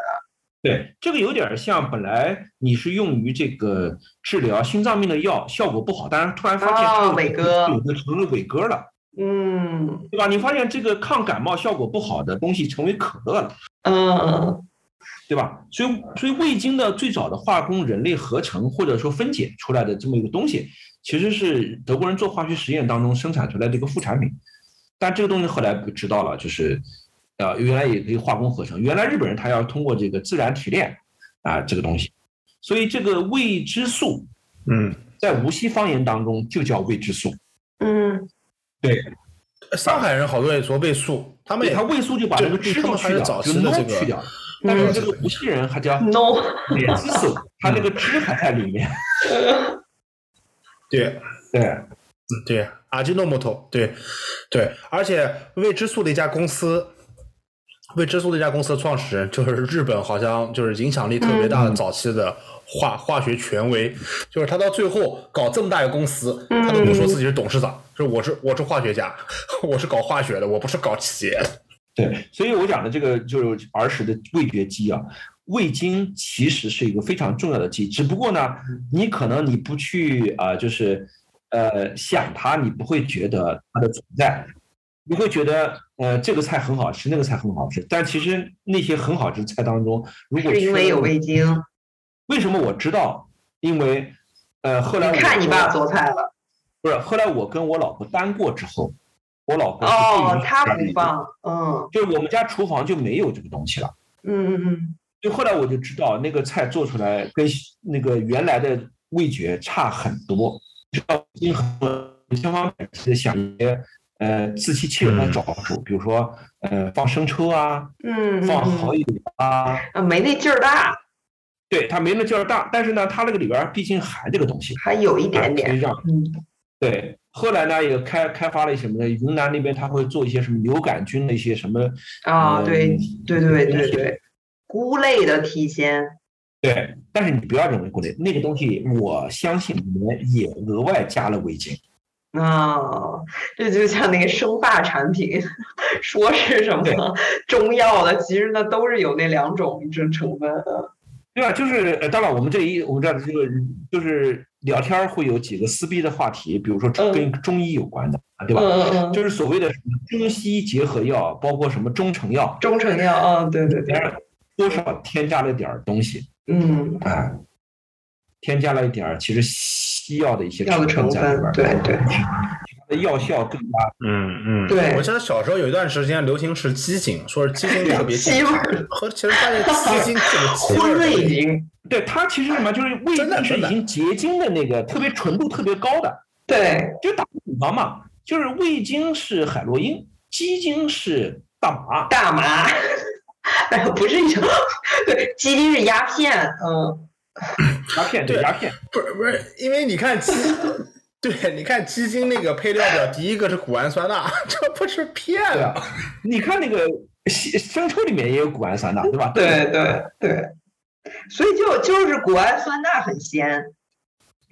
S4: 对，这个有点像本来你是用于这个治疗心脏病的药，效果不好，但是突然发现它
S6: 哦
S4: 有
S6: 伟哥
S4: 有的成了伟哥了，
S6: 嗯
S4: 对吧？你发现这个抗感冒效果不好的东西成为可乐了，
S6: 嗯
S4: 对吧？所以，所以味精的最早的化工人类合成或者说分解出来的这么一个东西，其实是德国人做化学实验当中生产出来的一个副产品。但这个东西后来不知道了，就是，呃，原来也可以化工合成。原来日本人他要通过这个自然提炼啊、这个东西，所以这个未知素
S5: 嗯，
S4: 在无锡方言当中就叫未知素。
S6: 嗯
S5: 上海人好多也说味素，他们也
S4: 他味素就把
S5: 这
S4: 这个吃
S5: 这他
S4: 都
S5: 们还
S4: 去
S5: 是
S4: 掉，
S5: 早
S4: 就
S5: 期的
S4: no
S5: 这个
S4: 去掉了。但是这个无锡人还 叫
S6: ，no，
S4: 也知素，他那个知还在里面。
S5: 对
S4: 对。
S5: 对，阿基诺木头，对对，而且未知素的一家公司，未知素的一家公司的创始人就是日本，好像就是影响力特别大的早期的化、化学权威，就是他到最后搞这么大一个公司，他都不说自己是董事长，就是我是我是化学家， 我是搞化学的，我不是搞企业的。
S4: 对，所以我讲的这个就是儿时的味觉肌啊，味精其实是一个非常重要的肌，只不过呢，你可能你不去啊、呃就是呃想它，你不会觉得它的存在，你会觉得呃这个菜很好吃，那个菜很好吃，但其实那些很好吃的菜当中，如果
S6: 是因为有
S4: 味，
S6: 味精。
S4: 为什么我知道？因为呃后来
S6: 你
S4: 我
S6: 看你爸
S4: 跟
S6: 做菜了
S4: 不是后来我跟我老婆单过之后，我老婆是对
S6: 哦
S4: 于，
S6: 他
S4: 这
S6: 不
S4: 个
S6: 放，嗯
S4: 就是我们家厨房就没有这个东西了。
S6: 嗯嗯嗯，
S4: 就后来我就知道，那个菜做出来跟那个原来的味觉差很多。知道已经很多千方百计的想一些呃自欺欺人的招数，比如说呃放生抽啊，
S6: 嗯，嗯
S4: 放蚝
S6: 嗯
S4: 油啊，
S6: 啊没那劲儿大，
S4: 对它没那劲儿大，但是呢，它那个里边儿毕竟含这个东西，
S6: 还有一点
S4: 啊所
S6: 点
S4: 以，让
S6: 嗯
S4: 对。后来呢，也开开发了什么呢？云南那边他会做一些什么牛杆菌的一些什么
S6: 啊，对
S4: 嗯
S6: 对对
S4: 东
S6: 对
S4: 西
S6: 对，菇类的提鲜，
S4: 对，但是你不要认为过类，那个东西我相信里面也额外加了味精。
S6: 啊，这就像那个生发产品，说是什
S4: 对
S6: 么中药的，其实那都是有那两种这成分的。
S4: 对啊，就是呃，当然我们这一我们这儿的这个就是聊天儿会有几个撕逼的话题，比如说
S6: 嗯
S4: 跟中医有关的，啊，对
S6: 嗯
S4: 吧？
S6: 嗯嗯，
S4: 就是所谓的什么中西结合药，包括什么中成药，
S6: 中成药啊，对对对
S4: 当，然多少添加了点儿东西
S6: 嗯，
S4: 啊，添加了一点儿其实西药的一些
S6: 药的成
S4: 在里边
S6: 分，
S4: 儿，
S6: 对对，
S4: 它的药效更加
S5: 嗯嗯
S6: 对
S5: 我记得小时候有一段时间流行吃鸡精，说是鸡精特别
S6: 西
S5: 健
S6: 味
S5: 康
S6: 儿，
S5: 和其实发现鸡精这个气 味
S6: 荤
S5: 儿
S6: 味精，
S4: 对它其实什么就是味
S5: 真的
S4: 精是
S5: 真
S4: 已
S5: 的
S4: 经结晶的那个特别纯度特别高的，
S6: 对，
S4: 就打个比方嘛，就是味精是海洛因，鸡精是大麻。
S6: 大麻， 哎呀，不是一种，对，鸡精是鸦片，嗯，
S4: 鸦片对
S5: 对
S4: 鸦片，
S5: 不是不是，因为你看鸡， 对，你看鸡精那个配料表，第一个是谷氨酸钠， 这不是骗
S6: 啊
S5: 了？
S4: 啊你看那个西生抽里面也有谷氨酸钠，对吧？
S6: 对对对，所以就就是谷氨酸钠很鲜，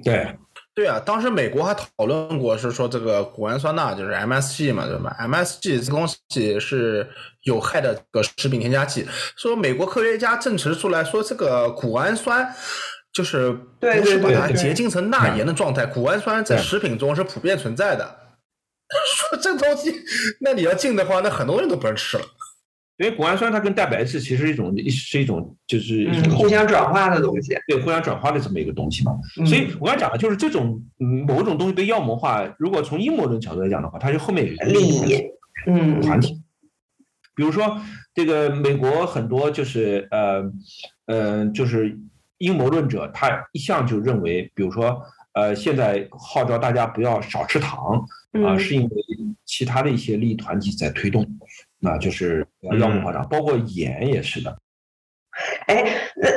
S4: 对
S5: 对啊，当时美国还讨论过，是说这个谷氨酸钠就是 MSG 嘛，对吧？MSG 这东西是有害的这个食品添加剂，说美国科学家证实出来说，这个谷氨酸就是
S6: 对
S5: 不是把
S6: 对
S5: 它
S6: 对
S5: 结晶成钠盐的状态，谷氨酸在食品中是普遍存在的。 说这东西，那你要禁的话，那很多人都不能吃了。
S4: 因为谷氨酸它跟蛋白质其实是一种是一种就是一
S6: 嗯，
S4: 种
S6: 互相转化的东西，
S4: 对互相转化的这么一个东西嘛。
S6: 嗯
S4: 所以我刚才讲的就是这种嗯某种东西被妖魔化，如果从阴谋论角度来讲的话，它就后面有一个
S6: 利益，嗯，
S4: 团体。比如说，这个美国很多就是呃呃，就是阴谋论者，他一向就认为，比如说呃，现在号召大家不要少吃糖啊、
S6: 嗯
S4: 是因为其他的一些利益团体在推动，那就是
S5: 嗯
S4: 妖魔化长，包括盐也是的。
S6: 哎，那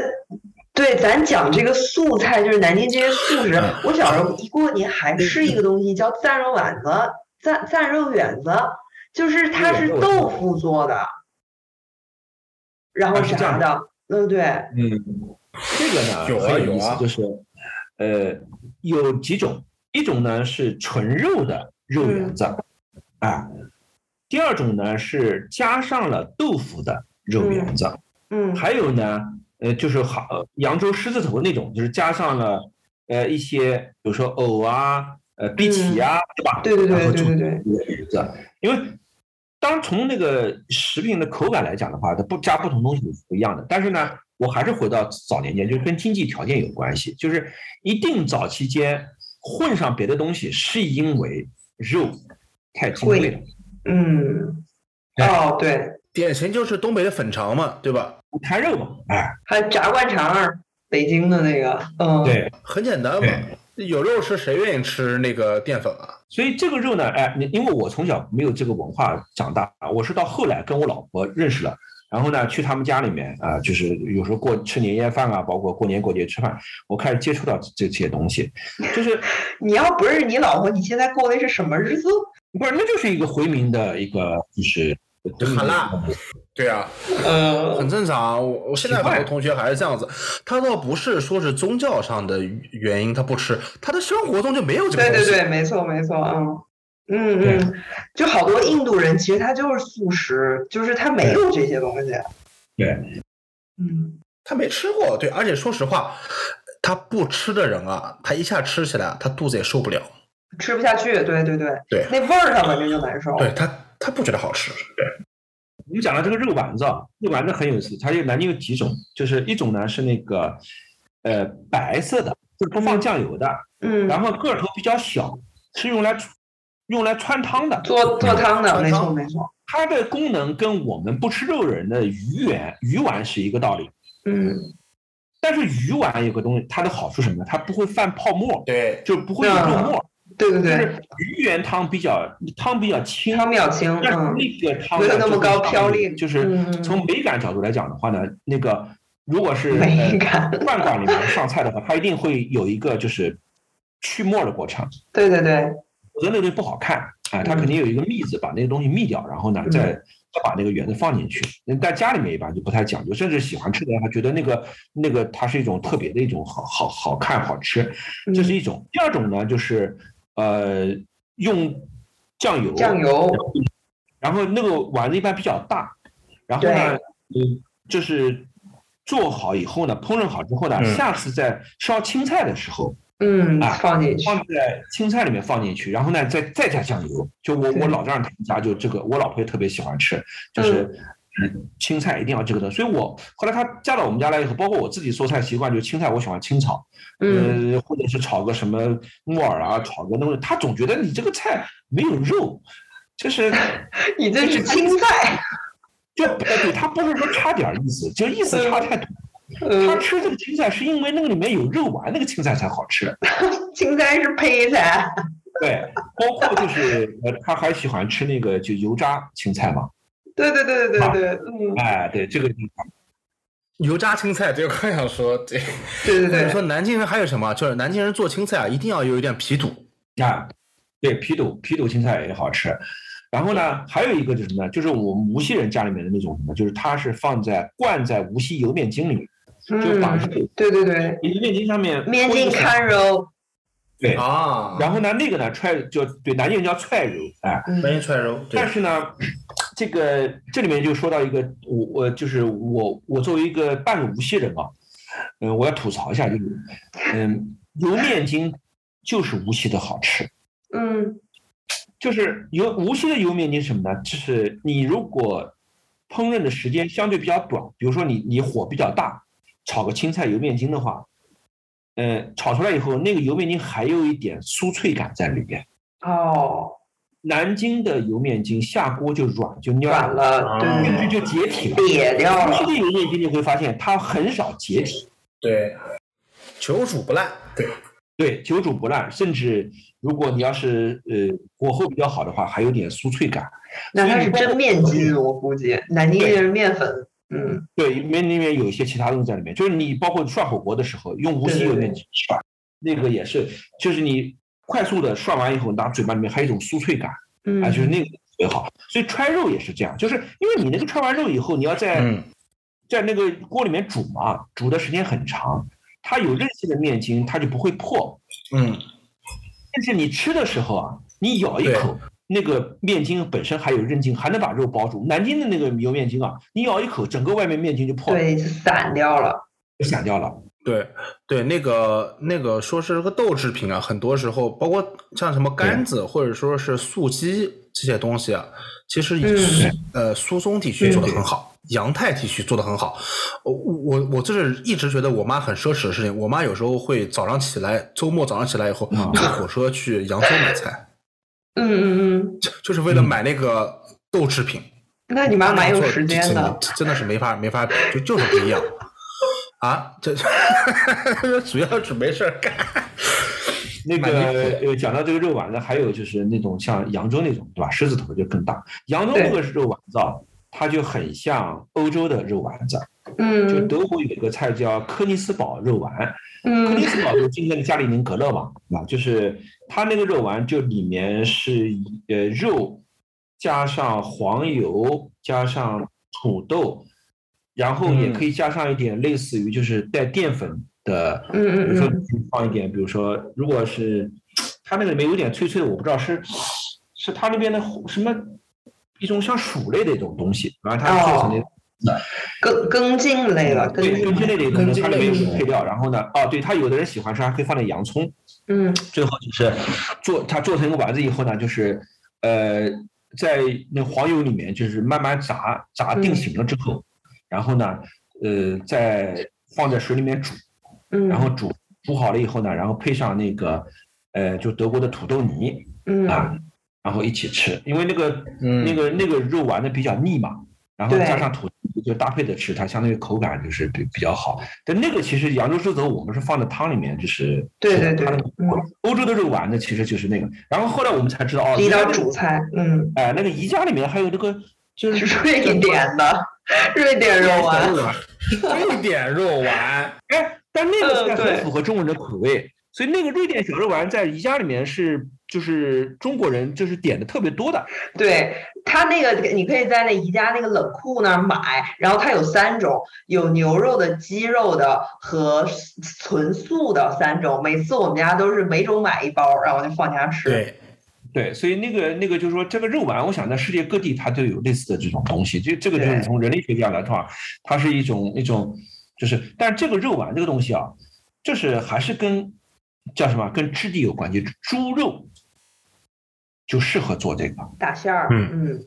S6: 对，咱讲这个素菜，就是南京这些素食。
S4: 嗯
S6: 我小时候一过年还吃一个东西，叫赞肉丸子，赞赞肉圆子，就是它是豆腐做的，然后
S4: 啊是这
S6: 炸
S4: 样
S6: 的，嗯，对，
S4: 嗯，这个呢
S5: 有啊
S4: 很有意
S5: 有啊
S4: 思，就是呃有几种，一种呢是纯肉的肉圆子，
S6: 嗯
S4: 啊，第二种呢是加上了豆腐的肉圆子，
S6: 嗯
S4: 还有呢呃，就是好呃扬州狮子头那种，就是加上了呃一些，比如说藕啊、呃荸荠啊，对吧？
S6: 嗯对对对
S4: 然后
S6: 对
S4: 就
S6: 对对
S4: 鱼子，因为当然从那个食品的口感来讲的话，它不加不同东西是不一样的。但是呢，我还是回到早年间，就是跟经济条件有关系，就是一定早期间混上别的东西，是因为肉太精贵了。
S6: 嗯，
S4: 哎
S6: 哦对，
S5: 典型就是东北的粉肠嘛，对吧？
S4: 摊肉嘛，哎，
S6: 还有炸灌肠儿，北京的那个，嗯，，
S4: 对，
S5: 很简单嘛，有肉吃，谁愿意吃那个淀粉啊？
S4: 所以这个肉呢，哎，你因为我从小没有这个文化长大，我是到后来跟我老婆认识了，然后呢去他们家里面啊、就是有时候过吃年夜饭啊，包括过年过节吃饭，我开始接触到这这些东西，就是
S6: 你要不是你老婆，你现在过的是什么日子？
S4: 不是那就是一个回民的一个就是
S5: 很辣，对啊，
S6: 呃，
S5: 很正常啊。我我现在
S4: 奇怪
S5: 很多同学还是这样子，他倒不是说是宗教上的原因他不吃，他的生活中就没有这
S6: 对
S5: 个东
S6: 对
S5: 西。
S6: 对，没错没错，嗯。嗯嗯，就好多印度人其实他就是素食，就是他没有这些东西。
S4: 对，
S6: 嗯，
S5: 他没吃过，对，而且说实话，他不吃的人啊，他一下吃起来，他肚子也受不了，
S6: 吃不下去，对对对，
S5: 对
S6: 那味儿他反正就难受。
S5: 对他他不觉得好吃，对，
S4: 我们讲到这个肉丸子啊，肉丸子很有意思，它有南京有几种，就是一种呢是那个呃白色的，就是不放酱油的，
S6: 嗯，
S4: 然后个头比较小，是用来用来穿汤的。
S6: 做做汤的，
S5: 嗯
S6: 没错
S5: 做汤
S6: 没错。
S4: 它的功能跟我们不吃肉人的鱼圆鱼丸是一个道理，
S6: 嗯，
S4: 但是鱼丸有个东西，它的好处是什么呢？它不会泛泡沫，
S5: 对，
S4: 就不会有肉沫。
S6: 对啊
S4: 就
S6: 对对，
S4: 是鱼圆汤比较汤比较清，
S6: 汤比较清，
S4: 但是
S6: 嗯，
S4: 那个汤
S6: 没
S4: 呢
S6: 有那么
S4: 就
S6: 高
S4: 是
S6: 飘力
S4: 就是
S6: 嗯
S4: 从美感角度来讲的话呢，那个如果是
S6: 美感
S4: 呃饭馆里面上菜的话，它一定会有一个就是去沫的过程。
S6: 对对对，
S4: 否则那个东西不好看啊，它肯定有一个蜜字，把那个东西蜜掉，然后呢
S6: 嗯
S4: 再再把那个圆子放进去。嗯但家里面一般就不太讲究，甚至喜欢吃的人还觉得那个那个它是一种特别的一种好好好看好吃，
S6: 嗯
S4: 这是一种。第二种呢就是呃用酱油，
S6: 酱，油，
S4: 然后那个丸子一般比较大，然后呢嗯就是做好以后呢，烹饪好之后呢，
S5: 嗯
S4: 下次在烧青菜的时候。
S6: 嗯
S4: 啊，
S6: 放进去，
S4: 放在青菜里面放进去，然后呢再再加酱油。就我
S6: 对
S4: 我老丈人他们家就这个，我老婆也特别喜欢吃，就是嗯青菜一定要这个的。所以我后来她嫁到我们家来以后，包括我自己做菜习惯，就青菜我喜欢清炒，
S6: 嗯，
S4: 呃，或者是炒个什么木耳啊，炒个那个，他总觉得你这个菜没有肉，就是。呃
S6: 你这是青菜，
S4: 就呃对他不是说差点意思，就意思差太多。他
S6: 嗯，
S4: 吃这个青菜是因为那个里面有肉丸，那个青菜才好吃。
S6: 青菜是配菜，
S4: 对，包括就是呃，他还喜欢吃那个就油炸青菜嘛。
S6: 对对对对对对，嗯，
S4: 哎，对，这个地方
S5: 油炸青菜，这个刚想说，对，
S6: 对对
S5: 对，
S6: 对
S5: 说南京人还有什么？就是南京人做青菜啊，一定要有一点皮肚，
S4: 啊，对，皮肚皮肚青菜也好吃。然后呢，还有一个就是什么呢？就是我们无锡人家里面的那种什么，就是它是放在灌在无锡油面筋里面，就把
S6: 嗯，
S4: 肉
S6: 对对对，
S4: 油面筋上面
S6: 面
S4: 泼一
S6: 筋
S4: 个小
S6: 看肉，
S4: 对，
S5: 啊
S4: 然后呢，那个呢踹就对南京人叫踹肉，哎，
S5: 南
S6: 嗯
S5: 京涮肉，对
S4: 但，是呢，这个这里面就说到一个，我我就是我我作为一个半个无锡人啊，嗯、我要吐槽一下，就是嗯，油面筋就是无锡的好吃，
S6: 嗯，
S4: 就是油无锡的油面筋是什么呢？就是你如果烹饪的时间相对比较短，比如说你你火比较大，炒个青菜油面筋的话，呃，炒出来以后那个油面筋还有一点酥脆感在里边。
S6: 哦，
S4: 南京的油面筋下锅就软就蔫
S6: 软
S4: 了，
S6: 了，对对
S4: 进
S6: 对
S4: 啊去就解体了。吃
S6: 瘪掉了，
S4: 这个面筋，你会发现它很少解体，
S5: 对，求煮不烂，对，
S4: 对，久煮不烂，甚至如果你要是呃火候比较好的话，还有点酥脆感。
S6: 那它是真面筋，我估计南京人面粉，嗯，
S4: 对，面里面有一些其他东西在里面，就是你包括涮火锅的时候，用无锡
S6: 对对
S4: 油
S6: 对
S4: 面筋涮，那个也是，就是你快速的涮完以后，拿嘴巴里面还有一种酥脆感，
S6: 嗯
S4: 啊，就是那个特别好。所以揣肉也是这样，就是因为你那个揣完肉以后，你要在、
S5: 嗯，
S4: 在那个锅里面煮嘛，煮的时间很长，它有韧性的面筋，它就不会破。
S5: 嗯，
S4: 但是你吃的时候啊，你咬一口，那个面筋本身还有韧劲，还能把肉包住。南京的那个油面筋啊，你咬一口，整个外面面筋就破了，
S6: 对，散掉了。
S4: 就散掉了。
S5: 对对，那个那个说是个豆制品啊，很多时候包括像什么甘子或者说是素鸡这些东西啊，其实
S6: 嗯
S5: 也是、呃苏松地区做的很好，洋太地区做的很好。我我我这是一直觉得我妈很奢侈的事情，我妈有时候会早上起来，周末早上起来以后
S4: 嗯
S5: 坐火车去扬州买菜，
S6: 嗯嗯嗯，
S5: 就就是为了买那个豆制品。
S6: 那你妈蛮有时间
S5: 真
S6: 的
S5: 的。真的是没法没法比，就就是不 一样啊！这主要是没事儿干。
S4: 那个
S5: 蛮离
S4: 呃，讲到这个肉丸子，还有就是那种像扬州那种，对吧？狮子头就更大。扬州
S6: 对
S4: 那个肉丸子，啊，它就很像欧洲的肉丸子。就
S6: 嗯
S4: 德国有一个菜叫科尼斯堡肉丸，克里
S6: 嗯
S4: 斯堡就是今天的加里宁格勒嘛，啊，就是它那个肉丸就里面是以呃肉加上黄油加上土豆，然后也可以加上一点类似于就是带淀粉的，
S6: 嗯
S4: 比如说
S6: 嗯嗯，
S4: 你放一点，比如说如果是它那个里面有点脆脆的，我不知道是是它那边的什么一种像薯类的一种东西，然后它做成那种
S6: 根根茎类了，根
S4: 哦对，根
S6: 茎
S4: 茎
S6: 类。
S4: 类的可能它里面有配料，然后呢，哦，对，它有的人喜欢吃，还可以放点洋葱。
S6: 嗯
S4: 最后就是做它做成一个丸子以后呢，就是呃，在那黄油里面就是慢慢炸，炸定型了之后，然后呢，呃，再放在水里面煮，
S6: 嗯，
S4: 然后煮煮好了以后呢，然后配上那个呃，就德国的土豆泥
S6: 嗯
S4: 啊，然后一起吃，因为那个
S5: 嗯
S4: 那个那个肉丸子比较腻嘛，然后
S6: 对
S4: 加上土豆泥就搭配着吃，它相当于口感就是比比较好。但那个其实扬州狮子头我们是放在汤里面，就是
S6: 对
S4: 吃
S6: 对
S4: 的
S6: 对
S4: 它那个
S6: 嗯
S4: 欧洲的肉丸子其实就是那个。然后后来我们才知道哦，
S6: 一
S4: 原来
S6: 道
S4: 那个
S6: 主菜，嗯，
S4: 哎、那个宜家里面还有这个就是
S6: 是瑞典的，瑞典 肉丸，
S5: 瑞典肉丸，
S4: 哎，但那个
S6: 嗯
S4: 菜
S6: 对
S4: 很符合中国人的口味，所以那个瑞典小肉丸在宜家里面是就是中国人就是点的特别多的。
S6: 对它那个，你可以在那宜家那个冷库那儿买，然后它有三种，有牛肉的、鸡肉的和纯素的三种。每次我们家都是每种买一包，然后就放家吃。
S5: 对，
S4: 对，所以那个那个就是说，这个肉丸，我想在世界各地它都有类似的这种东西。这这个就是
S6: 对
S4: 从人类学上来的话，它是一种一种，就是，但是这个肉丸这个东西啊，就是还是跟叫什么，跟质地有关系。猪肉就适合做这个，
S6: 打馅儿，
S5: 嗯
S6: 嗯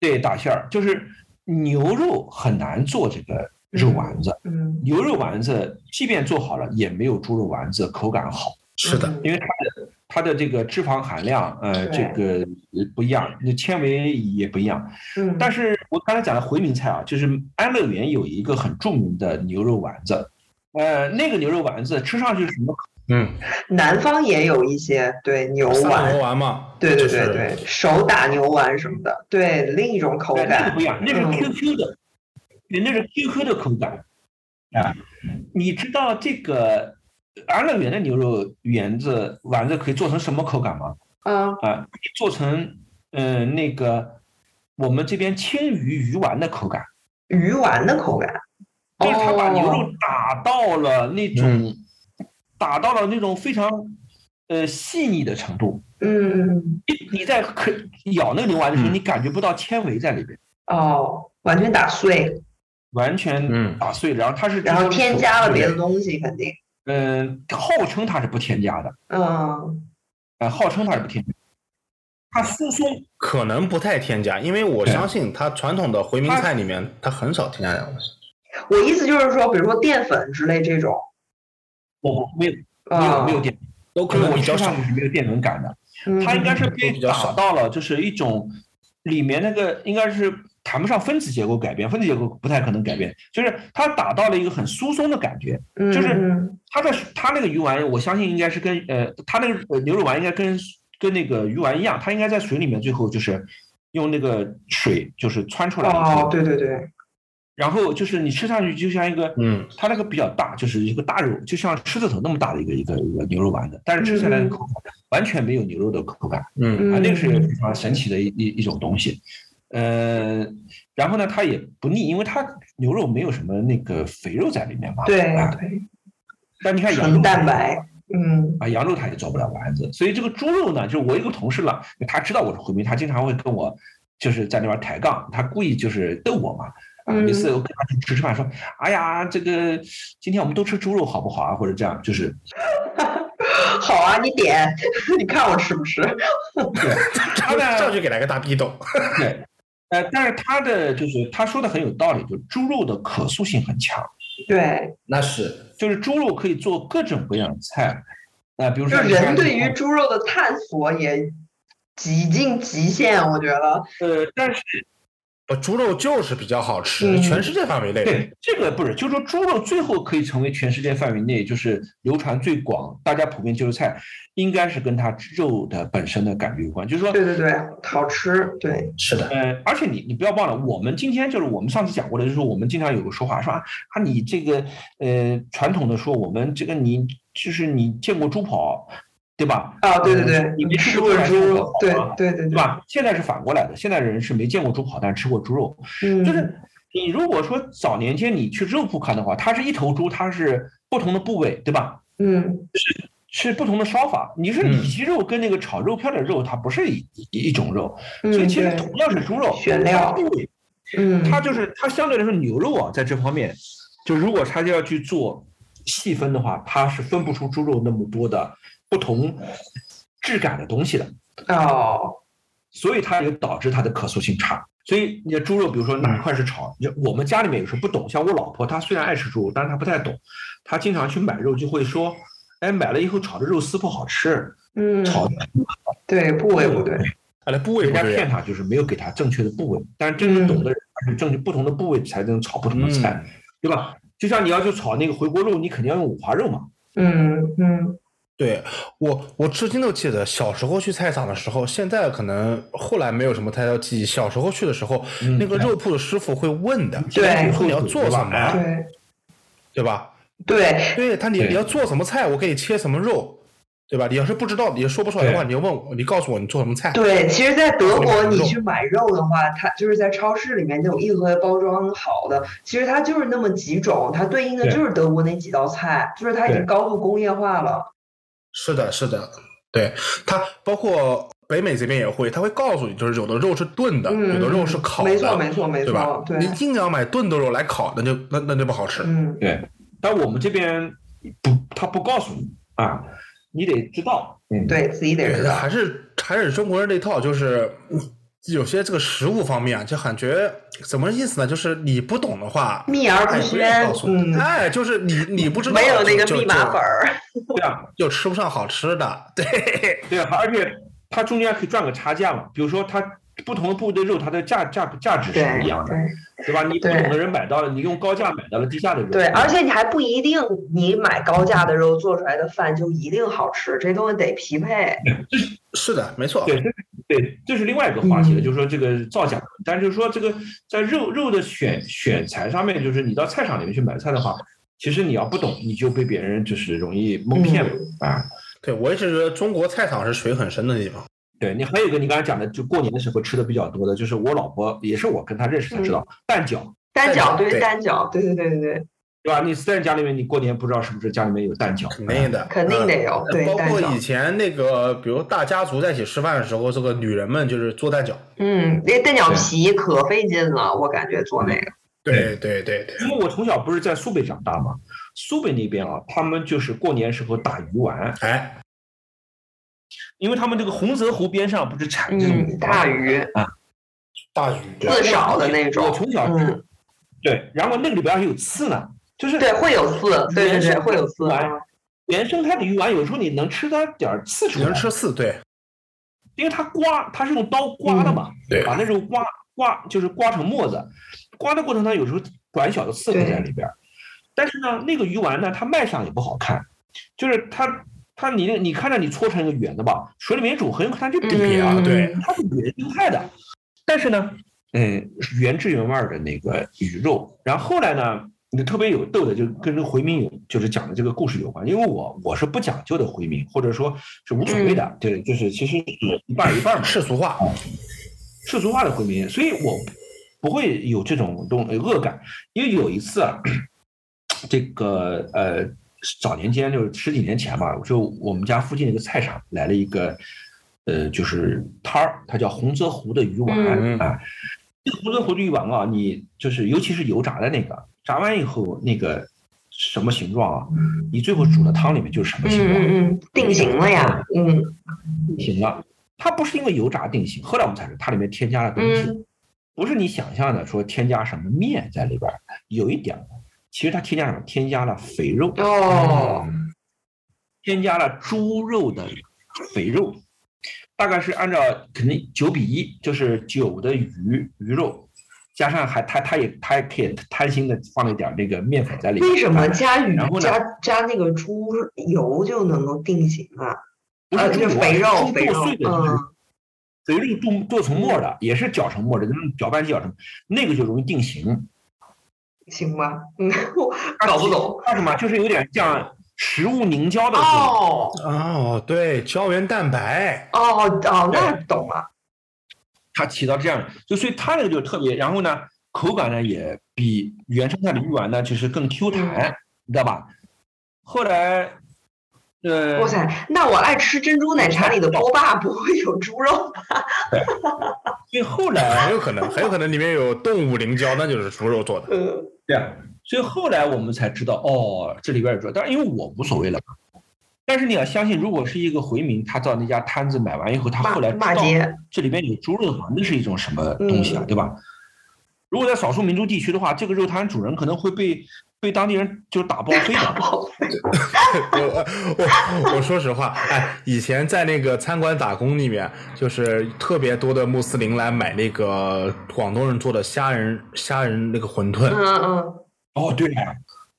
S4: 对，打馅儿。就是牛肉很难做这个肉丸子，
S6: 嗯，
S4: 牛肉丸子即便做好了，也没有猪肉丸子口感好。
S5: 是的，
S6: 嗯，
S4: 因为它的它的这个脂肪含量，呃，
S6: 对
S4: 这个呃不一样，那纤维也不一样。
S6: 嗯，
S4: 但是我刚才讲的回民菜啊，就是安乐园有一个很著名的牛肉丸子，呃，那个牛肉丸子吃上去什么口
S5: 嗯，
S6: 南方也有一些对牛
S5: 三
S6: 丸
S5: 牛，丸嘛，
S6: 对对
S5: 就
S6: 对
S5: 是
S6: 对，，手打牛丸什么的，对另一种口
S4: 感，那个
S6: 感
S4: 不一，样，那
S6: 嗯
S4: 是 QQ 的，对，那是 QQ 的口感啊。你知道这个安乐园的牛肉丸子丸子可以做成什么口感吗？
S6: 嗯
S4: 啊，做成嗯、呃那个我们这边青鱼鱼丸的口感，
S6: 鱼丸的口感，
S4: 就是他把牛
S6: 哦
S4: 肉打到了那
S5: 嗯
S4: 种、打到了那种非常呃细腻的程度。
S6: 嗯嗯嗯。
S4: 你你在可咬那个牛丸的时候，
S5: 嗯
S4: 你感觉不到纤维在里边，
S6: 哦，完全打碎，
S4: 完全
S5: 嗯
S4: 打碎。然后它是
S6: 然后添加了别的
S4: 东，
S6: 东西，肯定。
S4: 嗯、号称它是不添加的，
S6: 嗯
S4: 呃，号称它是不添加的，它疏松。
S5: 可能不太添加，因为我
S4: 对
S5: 相信它传统的回民菜里面，它很少添加这种东西。，
S6: 我意思就是说，比如说淀粉之类这种，
S4: 我没有没有
S6: 啊，
S4: 没有淀，
S5: 都
S4: 就是我
S5: 比较
S4: 吃
S5: 少
S4: 上去，是没有淀粉感的。
S6: 嗯
S4: 它应该是被
S5: 比较
S4: 打
S5: 少
S4: 到了，就是一种里面那个应该是谈不上分子结构改变，分子结构不太可能改变，就是它打到了一个很疏松的感觉。
S6: 就是嗯
S4: 它的它那个鱼丸，我相信应该是跟呃，它那个呃牛肉丸应该跟跟那个鱼丸一样，它应该在水里面最后就是用那个水就是窜出来以
S6: 哦，
S4: 后，
S6: 对对对，
S4: 然后就是你吃上去就像一个。
S5: 嗯，
S4: 它那个比较大，就是一个大肉，就像狮子头那么大的一个一个一个牛肉丸子，但是吃起来的口感完全没有牛肉的口感。
S5: 嗯
S6: 嗯
S4: 啊，那个是非常神奇的一一一种东西。呃，然后呢，它也不腻，因为它牛肉没有什么那个肥肉在里面嘛。
S6: 对
S4: 啊，
S6: 对，
S4: 但你看羊肉
S6: 纯蛋白，嗯
S4: 啊，扬州他也招不了丸子，所以这个猪肉呢，就是我一个同事了，他知道我是回民，他经常会跟我就是在那边抬杠，他故意就是逗我嘛。啊，
S6: 嗯
S4: 每次我跟他去吃吃饭，说，哎呀，这个今天我们都吃猪肉好不好啊？或者这样，就是
S6: 好啊，你点， 你看我吃不吃？
S4: 他呢
S5: 上去给来个大逼斗，
S4: 对，呃，但是他的就是他说的很有道理，就猪肉的可塑性很强，
S6: 对，
S5: 那是
S4: 就是猪肉可以做各种各样的菜。啊、比如
S6: 就
S4: 说
S6: 人对于猪肉的探索也几近极限，我觉得。
S4: 呃，但是
S5: 不，猪肉就是比较好吃，
S6: 嗯
S5: 全世界范围内
S4: 对，这个不是，就是说猪肉最后可以成为全世界范围内就是流传最广、大家普遍接受菜，应该是跟它肉的本身的感觉有关。就是说，
S6: 对对对，好吃，对，
S5: 是的，
S4: 呃，而且你你不要忘了，我们今天就是我们上次讲过的，就是我们经常有个说法说啊，啊你这个呃传统的说我们这个你就是你见过猪跑，对吧？
S6: 啊，对对对
S4: 嗯，你没吃
S6: 吃
S4: 过
S6: 过
S4: 猪
S6: 猪
S4: 肉
S6: 肉，对
S4: 好吧
S6: 对对
S4: 对
S6: 对，
S4: 吧？现在是反过来的，现在人是没见过猪跑，但是吃过猪肉。
S6: 嗯，
S4: 就是你如果说早年间你去肉铺看的话，它是一头猪，它是不同的部位，对吧？
S6: 嗯，
S4: 是不同的烧法。你是
S5: 嗯
S4: 里脊肉跟那个炒肉片的肉，它不是一一一种肉，
S6: 嗯
S4: 所以其实
S6: 对
S4: 同样是猪肉，
S6: 选料
S4: 它部位
S6: 嗯，
S4: 它就是它相对来说牛肉啊，在这方面，就如果它要去做细分的话，它是分不出猪肉那么多的不同质感的东西的。
S6: 哦，
S4: 所以它也导致它的可塑性差。所以你的猪肉，比如说哪块是炒，你我们家里面有时候不懂，像我老婆她虽然爱吃猪肉，但是她不太懂，她经常去买肉就会说，哎，买了以后炒的肉丝不好吃，
S6: 嗯，
S4: 炒
S6: 对，部位不对，
S5: 哎，部位
S4: 人
S5: 不
S4: 家
S5: 对
S4: 骗
S5: 啊，
S4: 她就是没有给她正确的部位，但是真正懂的人，他是正确不同的部位才能炒不同的菜，
S5: 嗯
S4: 对吧？就像你要去炒那个回锅肉，你肯定要用五花肉嘛，
S6: 嗯嗯，
S5: 对我，我至今都记得小时候去菜场的时候，现在可能后来没有什么太多记忆。小时候去的时候，
S4: 嗯
S5: 那个肉铺的师傅会问的，
S6: 对
S5: 以后你要做什么，
S4: 哎
S6: 对
S5: 对吧？
S6: 对，
S5: 对他，你
S4: 对
S5: 你要做什么菜，我给你切什么肉，对吧？你要是不知道，你说不出来的话，
S4: 对
S5: 你要问我，你告诉我你做什么菜。
S6: 对，其实，在德国
S5: 肉
S6: 你去买肉的话，它就是在超市里面那种一盒包装好的，其实它就是那么几种，它对应的
S4: 对
S6: 就是德国那几道菜，就是它已经
S4: 对
S6: 高度工业化了。
S5: 是的，是的，对它包括北美这边也会，他会告诉你，就是有的肉是炖的，
S6: 嗯，
S5: 有的肉是烤的，
S6: 没错，没错，没
S5: 对吧
S6: 错，？对
S5: 你，硬要买炖的肉来烤，那就那那就不好吃。
S6: 嗯，
S4: 对，但我们这边不，他不告诉你啊，你得知道，嗯，
S6: 对自己得知
S5: 对，
S6: 道。
S5: 还是还是中国人那套，就是嗯有些这个食物方面啊，就感觉怎么意思呢？就是你不懂的话，
S6: 秘而不
S5: 哎不愿意
S6: 宣
S5: 告诉你
S6: 嗯
S5: 哎，就是你你不知道，
S6: 没有那个
S5: 就
S6: 密码本，儿，
S4: 对啊，
S5: 就就吃不上好吃的。对，
S4: 对啊，而且它中间可以赚个差价嘛。比如说，它不同的部位的肉，它的价价价值是不
S6: 对
S4: 一样的，
S6: 对
S4: 对吧？你不
S6: 对
S4: 同的人买到了，你用高价买到了低价的肉，
S6: 对，而
S4: 且
S6: 且你还不一定，你买高价的肉做出来的饭就一定好吃，这东西得匹配。
S4: 嗯
S5: 是的，没错。
S4: 对对，这是另外一个话题了，
S6: 嗯
S4: 就是说这个造假。但是就是说这个在肉肉的选选材上面，就是你到菜场里面去买菜的话，其实你要不懂，你就被别人就是容易蒙骗了、
S6: 嗯
S4: 啊。
S5: 对我一直觉得中国菜场是水很深的地方。
S4: 对你还有一个你刚才讲的，就过年的时候吃的比较多的，就是我老婆也是我跟她认识才知
S6: 嗯
S4: 道、蛋饺。
S6: 单
S5: 角
S6: 脚对
S5: 对
S6: 单脚，对对对对对，
S4: 对吧？你在家里面，你过年不知道是不是家里面有蛋饺？
S5: 肯定的，
S6: 肯定得有
S5: 嗯
S6: 对
S5: 包括
S6: 蛋饺
S5: 以前那个，比如大家族在一起吃饭的时候，这个女人们就是做蛋饺。
S6: 嗯，那蛋饺
S4: 对
S6: 皮可费劲了，我感觉做那个，
S5: 对对对对，
S4: 因为我从小不是在苏北长大嘛，苏北那边啊，他们就是过年时候打鱼丸，
S5: 哎，
S4: 因为他们这个洪泽湖边上不是产这种
S6: 嗯，大鱼
S5: 大鱼对
S6: 刺少的那
S4: 我
S6: 种，
S4: 从小吃，
S6: 嗯，
S4: 对，然后那个里边还有刺呢，就是
S6: 对，会有刺，对对对，会有刺，啊
S4: 原原生态的鱼丸，有时候你能吃它点儿刺出
S5: 有
S4: 来
S5: 人，吃刺，对
S4: 因为它刮，它是用刀刮的
S6: 嗯
S4: 嘛，
S5: 对
S4: 把那种刮刮就是刮成沫子，刮的过程当中有时候短小的刺会在里边儿，但是呢，那个鱼丸呢，它卖相也不好看，就是它它你那你看着你搓成一个圆的吧，水里面煮很有可能它就瘪啊，
S6: 嗯，
S5: 对
S4: 它是原生态的，但是呢，嗯，是原汁原味儿的那个鱼肉。然后后来呢，你特别有逗的，就跟这个回民有就是讲的这个故事有关，因为我我是不讲究的回民，或者说是无所谓的，对，就是其实是一半儿一半儿嘛，
S5: 世俗化，
S4: 世俗化的回民，所以我不会有这种东恶感。因为有一次啊，这个呃，早年间就是十几年前吧，就我们家附近一个菜场来了一个，呃，就是摊儿，它叫洪泽湖的鱼丸、
S5: 嗯
S4: 啊。这个洪泽湖的鱼丸啊，你就是尤其是油炸的那个，炸完以后那个什么形状啊，你最后煮到汤里面就是什么形状。
S6: 嗯嗯，定型了呀，嗯
S4: 行了，它不是因为油炸定型，后来我们才知道它里面添加了东西，
S6: 嗯
S4: 不是你想象的说添加什么面在里边儿，有一点儿，其实它添加什么？添加了肥肉，嗯
S6: 哦，
S4: 添加了猪肉的肥肉，大概是按照肯定九比一，就是九的鱼鱼肉。加上还它它也它也可以贪心的放了一点儿那个面粉在里面，
S6: 为什么加鱼
S4: 嗯然后呢
S6: 加加那个猪油就能够定型啊？
S4: 不是
S6: 呃
S4: 猪
S6: 就
S4: 油啊
S6: 肥肉
S4: 猪
S6: 肥
S4: 剁
S6: 肉嗯
S4: 碎的就是肥肉剁剁成沫儿的，也是搅成沫儿的，就是搅拌机搅成，那个就容易定型。
S6: 行吧，嗯， 我搞不懂。
S4: 那什么，就是有点像食物凝胶的作用。
S6: 哦
S5: 哦，对，胶原蛋白
S6: 哦哦，那懂了。
S4: 它起到这样，就所以它那个就特别，然后呢，口感呢也比原生态的鱼丸呢就是更 Q
S6: 嗯
S4: 弹，你知道吧？后来，呃
S6: 哇，塞，那我爱吃珍珠奶茶里的波 霸不会有猪肉吧？
S4: 所以后 来
S5: 很有可能，很有可能里面有动物凝胶，那就是猪肉做的。
S6: 嗯
S4: 对啊，所以后来我们才知道，哦，这里边有猪肉，但是因为我无所谓了。但是你要相信，如果是一个回民，他到那家摊子买完以后，他
S6: 骂
S4: 后来知
S6: 骂
S4: 道
S6: 街嗯
S4: 这里边有猪肉的话，那是一种什么东西啊，对吧？如果在少数民族地区的话，这个肉摊主人可能会被被当地人就打报废
S6: 嗯
S4: 的。
S5: 我我我说实话，哎，以前在那个餐馆打工里面，就是特别多的穆斯林来买那个广东人做的虾仁虾仁那个馄饨，
S6: 嗯嗯，
S4: 哦，对，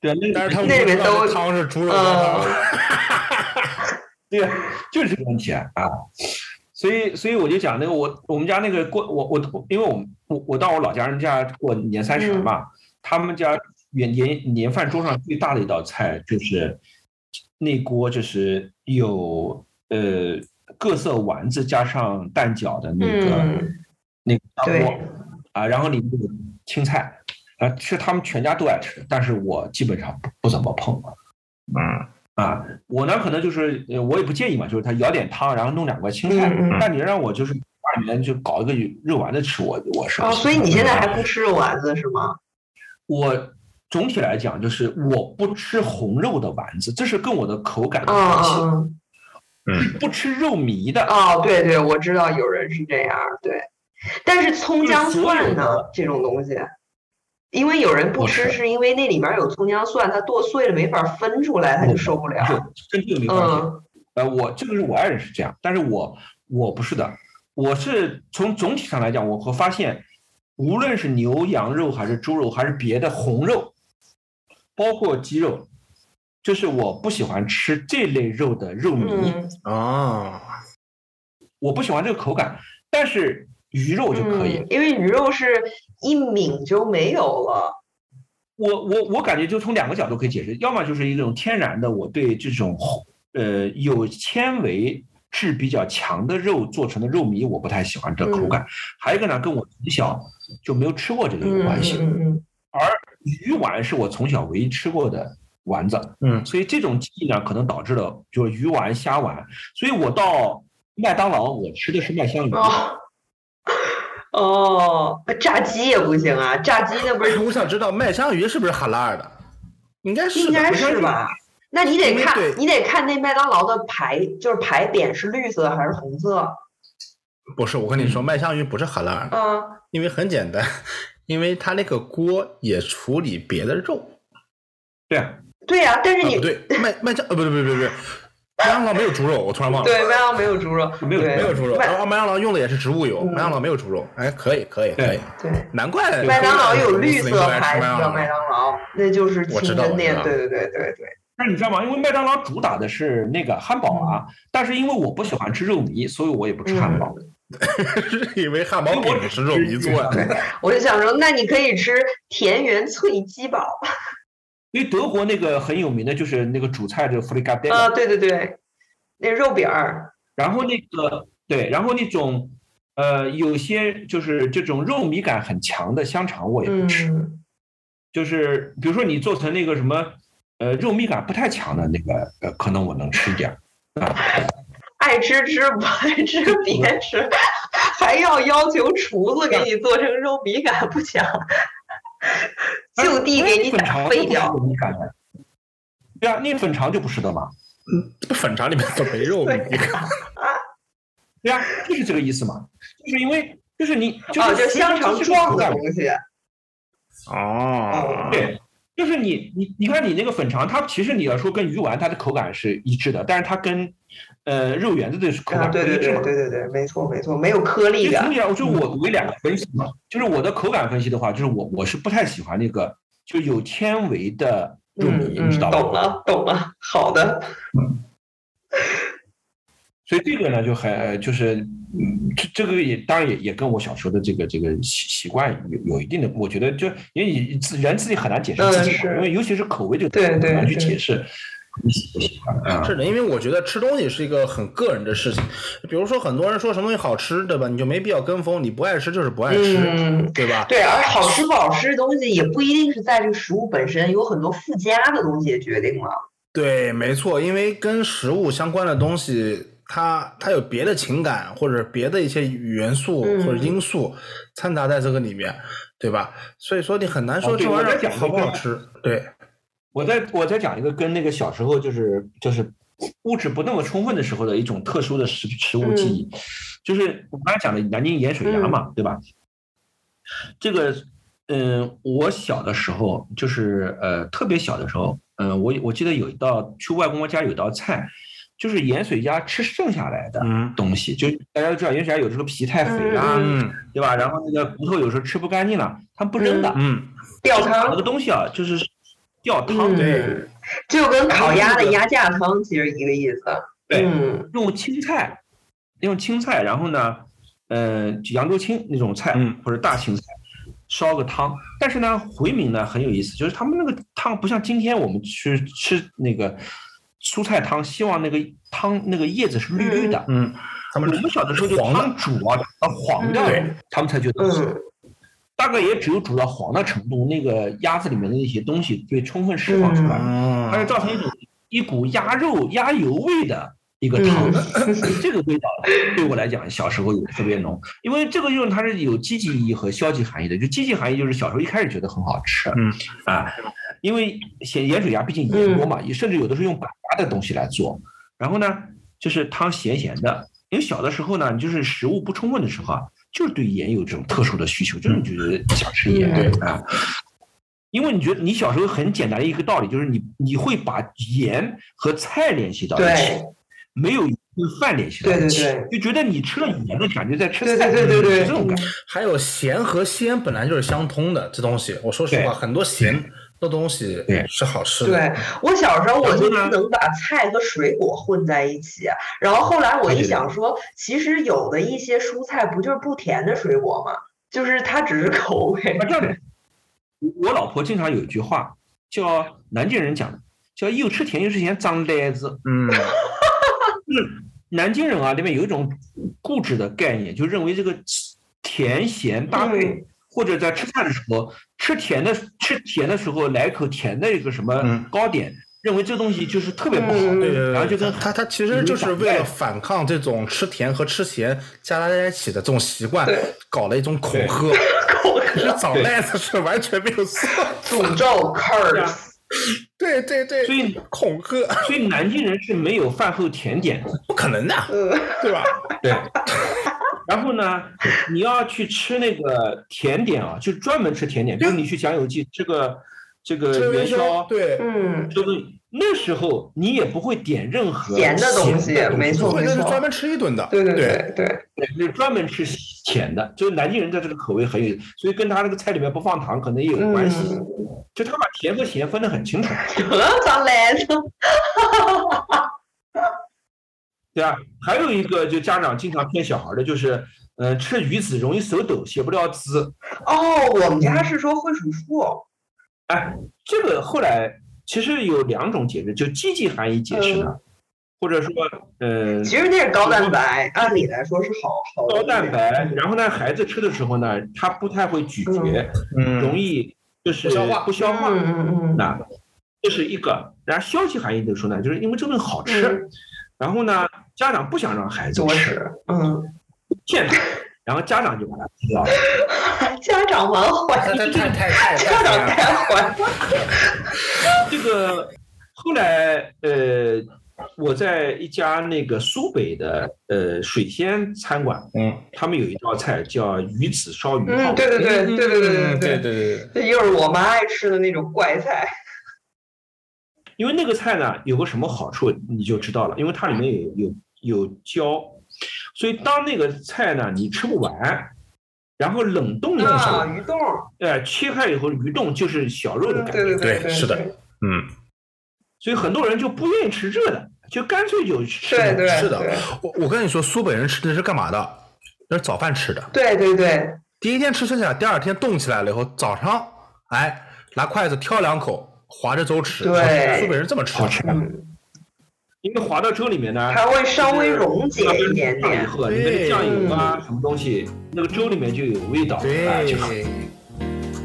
S4: 对，那
S5: 但是他们
S6: 那
S5: 不
S6: 里
S5: 知
S6: 面
S5: 道
S6: 都
S5: 这汤是猪肉的汤
S6: 嗯，
S4: 对，就是这个问题啊。所以，所以我就讲那个我我们家那个过我我因为我我我到我老家人家过年三
S5: 嗯
S4: 十嘛，他们家年年年饭桌上最大的一道菜就是那锅就是有呃各色丸子加上蛋饺的那个、
S6: 嗯
S4: 那个大锅
S6: 对
S4: 啊，然后里面有青菜啊，是他们全家都爱吃，但是我基本上不不怎么碰。
S6: 嗯
S4: 啊，我呢可能就是呃我也不介意嘛，就是他舀点汤，然后弄两块青菜。
S6: 嗯嗯
S4: 但你让我就是家里面就搞一个肉丸子吃，我我是不
S6: 哦，
S4: 行
S6: 所以你现在
S4: 的
S6: 还不吃肉丸子是吗？
S4: 我总体来讲就是我不吃红肉的丸子，这是跟我的口感有
S6: 嗯
S4: 关系，
S6: 嗯
S4: 不吃肉糜的
S6: 嗯，。哦，对对，我知道有人是这样，对。但是葱姜蒜呢这种东西，因为有人不吃，
S4: 不吃
S6: 是因为那里面有葱姜蒜，它剁碎了没法分出来，他就受不
S4: 是
S6: 了。
S4: 跟这个没关系。
S6: 嗯
S4: 呃，我这个是我爱人是这样，但是我我不是的，我是从总体上来讲，我会发现，无论是牛羊肉还是猪肉还是别的红肉，包括鸡肉，就是我不喜欢吃这类肉的肉泥，
S6: 嗯
S5: 哦，
S4: 我不喜欢这个口感，但是鱼肉就可以。
S6: 嗯，因为鱼肉是一抿就没有了。
S4: 我我我感觉就从两个角度可以解释，要么就是一种天然的我对这种呃有纤维质比较强的肉做成的肉糜我不太喜欢这口
S6: 嗯
S4: 感，还有一个呢跟我从小就没有吃过这个有
S6: 嗯
S4: 关系。
S6: 嗯嗯
S4: 鱼丸是我从小唯一吃过的丸子，
S5: 嗯
S4: 所以这种记忆呢可能导致了就是鱼丸、虾丸，所以我到麦当劳我吃的是麦香鱼
S6: 嗯。，哦哦，炸鸡也不行啊，炸鸡那不是
S5: 哎我想知道麦香鱼是不是哈拉尔的？应该是
S6: 应该
S5: 的，
S6: 是吧？那你得
S5: 因为
S6: 看
S5: 对，
S6: 你得看那麦当劳的牌，就是牌匾是绿色还是红色。
S5: 不是？我跟你说，麦香鱼不是哈拉尔的，
S6: 嗯，
S5: 因为很简单，因为它那个锅也处理别的肉。
S4: 对啊，
S6: 对呀、但是
S5: 啊，
S6: 你、
S5: 不对，麦麦香呃，不对不对不对，不对麦当劳没有猪肉，我突然忘了。
S6: 对麦当劳没有猪肉，
S4: 没有
S6: 对
S5: 啊没有猪肉，
S6: 麦
S5: 然后麦当劳用的也是植物油，
S6: 嗯
S5: 麦当劳没有猪肉，哎，可以可以
S4: 对
S5: 可以，
S6: 对。
S5: 难怪
S6: 麦当劳有
S5: 穆斯林
S6: 绿
S5: 都
S6: 色
S5: 爱
S6: 牌
S5: 吃麦
S6: 子的
S5: 当
S6: 麦
S5: 劳。
S6: 当劳，那就是
S5: 我知
S6: 清
S5: 道
S6: 真
S5: 我知
S6: 店。
S5: 道
S6: 对对对对对。
S4: 但是你知道吗？因为麦当劳主打的是那个汉堡
S6: 嗯
S4: 啊，但是因为我不喜欢吃肉糜，所以我也不吃汉堡。
S5: 以为汉堡饼是肉泥做的，
S6: 我就想说，那你可以吃田园脆鸡堡
S4: 因为德国那个很有名的就是那个主菜就是弗里嘎贝，
S6: 啊，对对对，那肉饼儿，
S4: 然后那个对，然后那种呃有些就是这种肉糜感很强的香肠我也不吃，
S6: 嗯，
S4: 就是比如说你做成那个什么呃肉糜感不太强的那个，呃，可能我能吃一点儿。
S6: 爱吃吃，不爱吃 别吃，还要要求厨子给你做成肉糜感不强，就地给你
S4: 哎粉
S6: 打
S4: 肠
S6: 废
S4: 就
S6: 掉。
S4: 不是肉糜感的。对啊，那粉肠就不是的嘛。
S5: 这不粉肠里面都没肉，
S6: 对
S5: 你
S4: 对啊，就是这个意思嘛。就是因为就是你就
S6: 哦，就是香肠
S4: 状
S6: 撞的
S4: 在
S6: 东西，嗯
S5: 哦
S4: 对，就是你你你看你那个粉肠，它其实你要说跟鱼丸它的口感是一致的，但是它跟呃肉圆子的口
S6: 啊，
S4: 感不
S6: 对对
S4: 一致
S6: 对
S4: 嘛。
S6: 对对对，没错没错，没有颗粒
S4: 就
S6: 感
S4: 从。你而就我为两个分析嘛，就是我的口感分析的话，就是我我是不太喜欢那个就有纤维的肉
S6: 嗯
S4: 糜，你
S6: 嗯
S4: 知，道
S6: 懂
S4: 吧？
S6: 了懂了，好的，
S4: 所以这个呢就很呃就是嗯这这个也当然也也跟我小时候的这个这个习习惯有有一定的，我觉得就因为你自人自己很难解释
S6: 嗯
S4: 自己嘛，
S6: 是
S4: 因为尤其是口味这个
S6: 对
S4: 东西
S6: 对
S4: 很难去
S6: 对
S4: 解释你喜不喜欢啊。
S5: 是的，因为我觉得吃东西是一个很个人的事情。比如说，很多人说什么东西好吃，对吧？你就没必要跟风，你不爱吃就是不爱吃，
S6: 嗯。
S5: 对吧？
S6: 对，而好吃不好吃的东西也不一定是在这个食物本身，有很多附加的东西决定了。
S5: 对，没错，因为跟食物相关的东西，它它有别的情感或者别的一些元素
S6: 嗯
S5: 或者因素掺杂在这个里面，对吧？所以说你很难说
S4: 哦
S5: 这
S4: 对
S5: 玩意
S4: 我在
S5: 儿
S4: 讲
S5: 好不好
S4: 这个
S5: 吃。对，
S4: 我再我再讲一个跟那个小时候就是就是物质不那么充分的时候的一种特殊的食食物记
S5: 嗯
S4: 忆，就是我刚才讲的南京盐水鸭嘛，对吧？这个，嗯、我小的时候就是呃特别小的时候，嗯、我我记得有一道去外公公家有一道菜，就是盐水鸭吃剩下来的
S5: 嗯
S4: 东西，就大家都知道盐水鸭有时候皮太肥啦、
S5: 嗯
S4: 对吧？然后那个骨头有时候吃不干净了，他们不扔的，
S5: 嗯，
S6: 吊
S4: 那
S6: 汤
S4: 个东西啊，就是吊汤
S6: 嗯
S4: 的。
S5: 对，
S6: 就跟烤鸭
S4: 那
S6: 的
S4: 个
S6: 鸭架汤其实一个意思。
S4: 对
S6: 嗯
S4: 用青菜，用青菜，然后呢，呃，扬州青那种菜
S5: 嗯
S4: 或者大青菜，烧个汤。但是呢，回民呢很有意思，就是他们那个汤不像今天我们去吃那个蔬菜汤，希望那个汤那个叶子是绿绿的。
S5: 嗯，他们
S4: 我们小的时候就
S5: 黄的，
S4: 汤煮啊，把它黄掉了
S5: 对，
S4: 他们才觉得好吃。
S6: 嗯
S4: 大概也只有煮到黄的程度，那个鸭子里面的那些东西被充分释放出来，它
S5: 嗯
S4: 就造成一种一股鸭肉、鸭油味的一个汤。 这个味道对我来讲，小时候有特别浓，因为这个肉它是有积极意义和消极含义的。就积极含义就是小时候一开始觉得很好吃，
S5: 嗯
S4: 啊，因为咸盐水鸭毕竟盐多嘛，也甚至有的是用板鸭的东西来做。然后呢，就是汤咸咸的，因为小的时候呢，就是食物不充分的时候啊，就是对盐有这种特殊的需求，就是你觉得想吃盐、
S6: 嗯
S4: 啊。因为你觉得你小时候很简单的一个道理，就是你你会把盐和菜联系到一起
S6: 对，
S4: 没有跟饭联系到一起
S6: 对对，
S4: 就觉得你吃了盐的感觉在吃
S6: 对
S4: 菜，
S6: 对对对对
S4: 这种感觉。
S5: 还有咸和鲜本来就是相通的，这东西，我说实话，
S4: 对
S5: 很多咸的东西
S4: 对
S5: 是好吃的。
S6: 对我小时候我就不
S4: 然后呢
S6: 能把菜和水果混在一起，然后后来我一想说，其实有的一些蔬菜不就是不甜的水果吗？就是它只是口味
S4: 啊，。这样的，我老婆经常有一句话叫南京人讲的，叫又吃甜又吃咸长呆子。
S5: 嗯，
S4: 南京人啊，里面有一种固执的概念，就认为这个甜咸搭配，或者在吃菜的时候吃甜的，吃甜的时候来口甜的一个什么
S5: 嗯
S4: 糕点，认为这东西就是特别不好。
S6: 嗯
S5: 对对对，
S4: 然后就跟
S5: 他他其实就是为了反抗这种吃甜和吃咸夹杂在一起的这种习惯
S6: 对，
S5: 搞了一种恐吓。
S6: 口
S5: 可是早赖子是完全没有错。
S6: 诅咒
S4: 啊
S6: curse，
S5: 对对对，
S4: 所以
S5: 恐吓
S4: 所以南京人是没有饭后甜点的。
S5: 不可能的，
S6: 嗯，
S5: 对吧？
S4: 对。 然后呢，你要去吃那个甜点啊，就专门吃甜点，比如你去酱油记吃个这个元宵，
S5: 对，
S6: 嗯，
S4: 这个那时候你也不会点任何
S6: 咸的东西
S4: 咸的
S6: 没错
S5: 或者是专门吃一顿的。
S6: 对
S5: 对
S6: 对对，
S4: 对，就是专门吃咸的，就是南京人的这个口味很有，所以跟他那个菜里面不放糖可能也有关系，
S6: 嗯，
S4: 就他把甜和咸分得很清楚，
S6: 得咱来了，
S4: 对啊。还有一个就家长经常骗小孩的，就是呃吃鱼子容易手抖，写不了字，
S6: 哦，我们家是说会数数，
S4: 这个后来其实有两种解释，就积极含义解释呢，或者说呃
S6: 嗯其实那是高蛋白，按理来说是好好的
S4: 高蛋白，然后呢孩子吃的时候呢，他不太会咀嚼，
S5: 嗯
S4: 容易就是
S5: 不消化
S4: 不消化
S6: 嗯嗯嗯，
S4: 那这是一个。然后消极含义的说呢，就是因为这东西好吃，
S6: 嗯
S4: 然后呢，家长不想让孩子
S6: 多
S4: 吃，
S6: 吃，嗯，
S4: 骗他，然后家长就把他踢掉了。
S6: 家长蛮坏
S5: 太
S6: 的，
S5: 太太太太
S6: 家长
S5: 太，
S6: 太坏了，
S4: 这个后来呃，我在一家那个苏北的呃水仙餐馆，
S5: 嗯
S4: 他们有一道菜叫鱼子烧鱼泡
S6: 嗯，，对对对对对对对
S5: 对
S6: 对，
S5: 对对
S6: 这又是我妈爱吃的那种怪菜，
S4: 因为那个菜呢有个什么好处你就知道了，因为它里面有有有胶，所以当那个菜呢你吃不完。然后冷冻弄下
S6: 啊，
S4: 来，
S6: 鱼冻，
S4: 呃，切开以后鱼冻就是小肉的
S6: 嗯，
S4: 感觉，
S6: 对对
S5: 对
S6: 对，
S5: 是的嗯，
S4: 所以很多人就不愿意吃热的，就干脆就吃
S6: 对对，
S5: 是的
S6: 对，
S5: 我我跟你说，苏北人吃的是干嘛的？那是早饭吃的，
S6: 对对对，
S5: 第一天吃剩下，第二天冻起来了以后，早上哎拿筷子挑两口，划着粥吃。
S6: 对
S5: 苏北人这么吃
S4: 好吃。
S6: 嗯，
S4: 因为滑到粥里面呢，
S6: 还会稍微溶解一点
S4: 酱
S6: 点
S4: 以，后，你那个酱油啊，什么东西，那个粥里面就有味道。啊就好
S5: 对，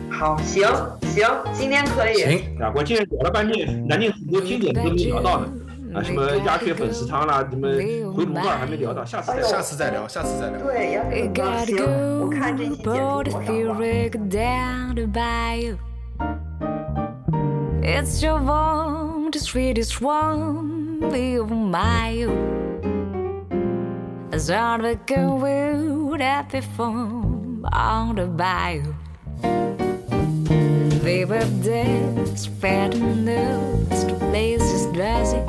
S6: 好，行行，今天可以，
S5: 行，
S4: 啊，我今天聊了半天，南京很多经典都没聊到呢，啊，什么鸭血粉丝汤啦，什么回炉盖还没聊到，下次再聊。
S5: 下次再聊，下次再聊。
S6: 对，也可以
S7: It got
S6: 行，我看这期
S7: good,
S6: 节目多
S7: but if
S6: 少
S7: you
S6: 啊？
S7: break down the bio, it's your warm, the sweetest one, of my As all the girl would have performed on the bio. They were danced, fed and nosed, places dressing.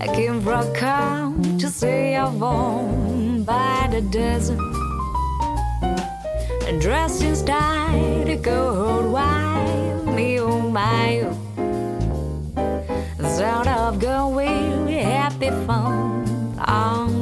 S7: I came from come to see a woman by the dozen. And dressed in style to go hold wild, me oh my oh. Sort of go with happy fun on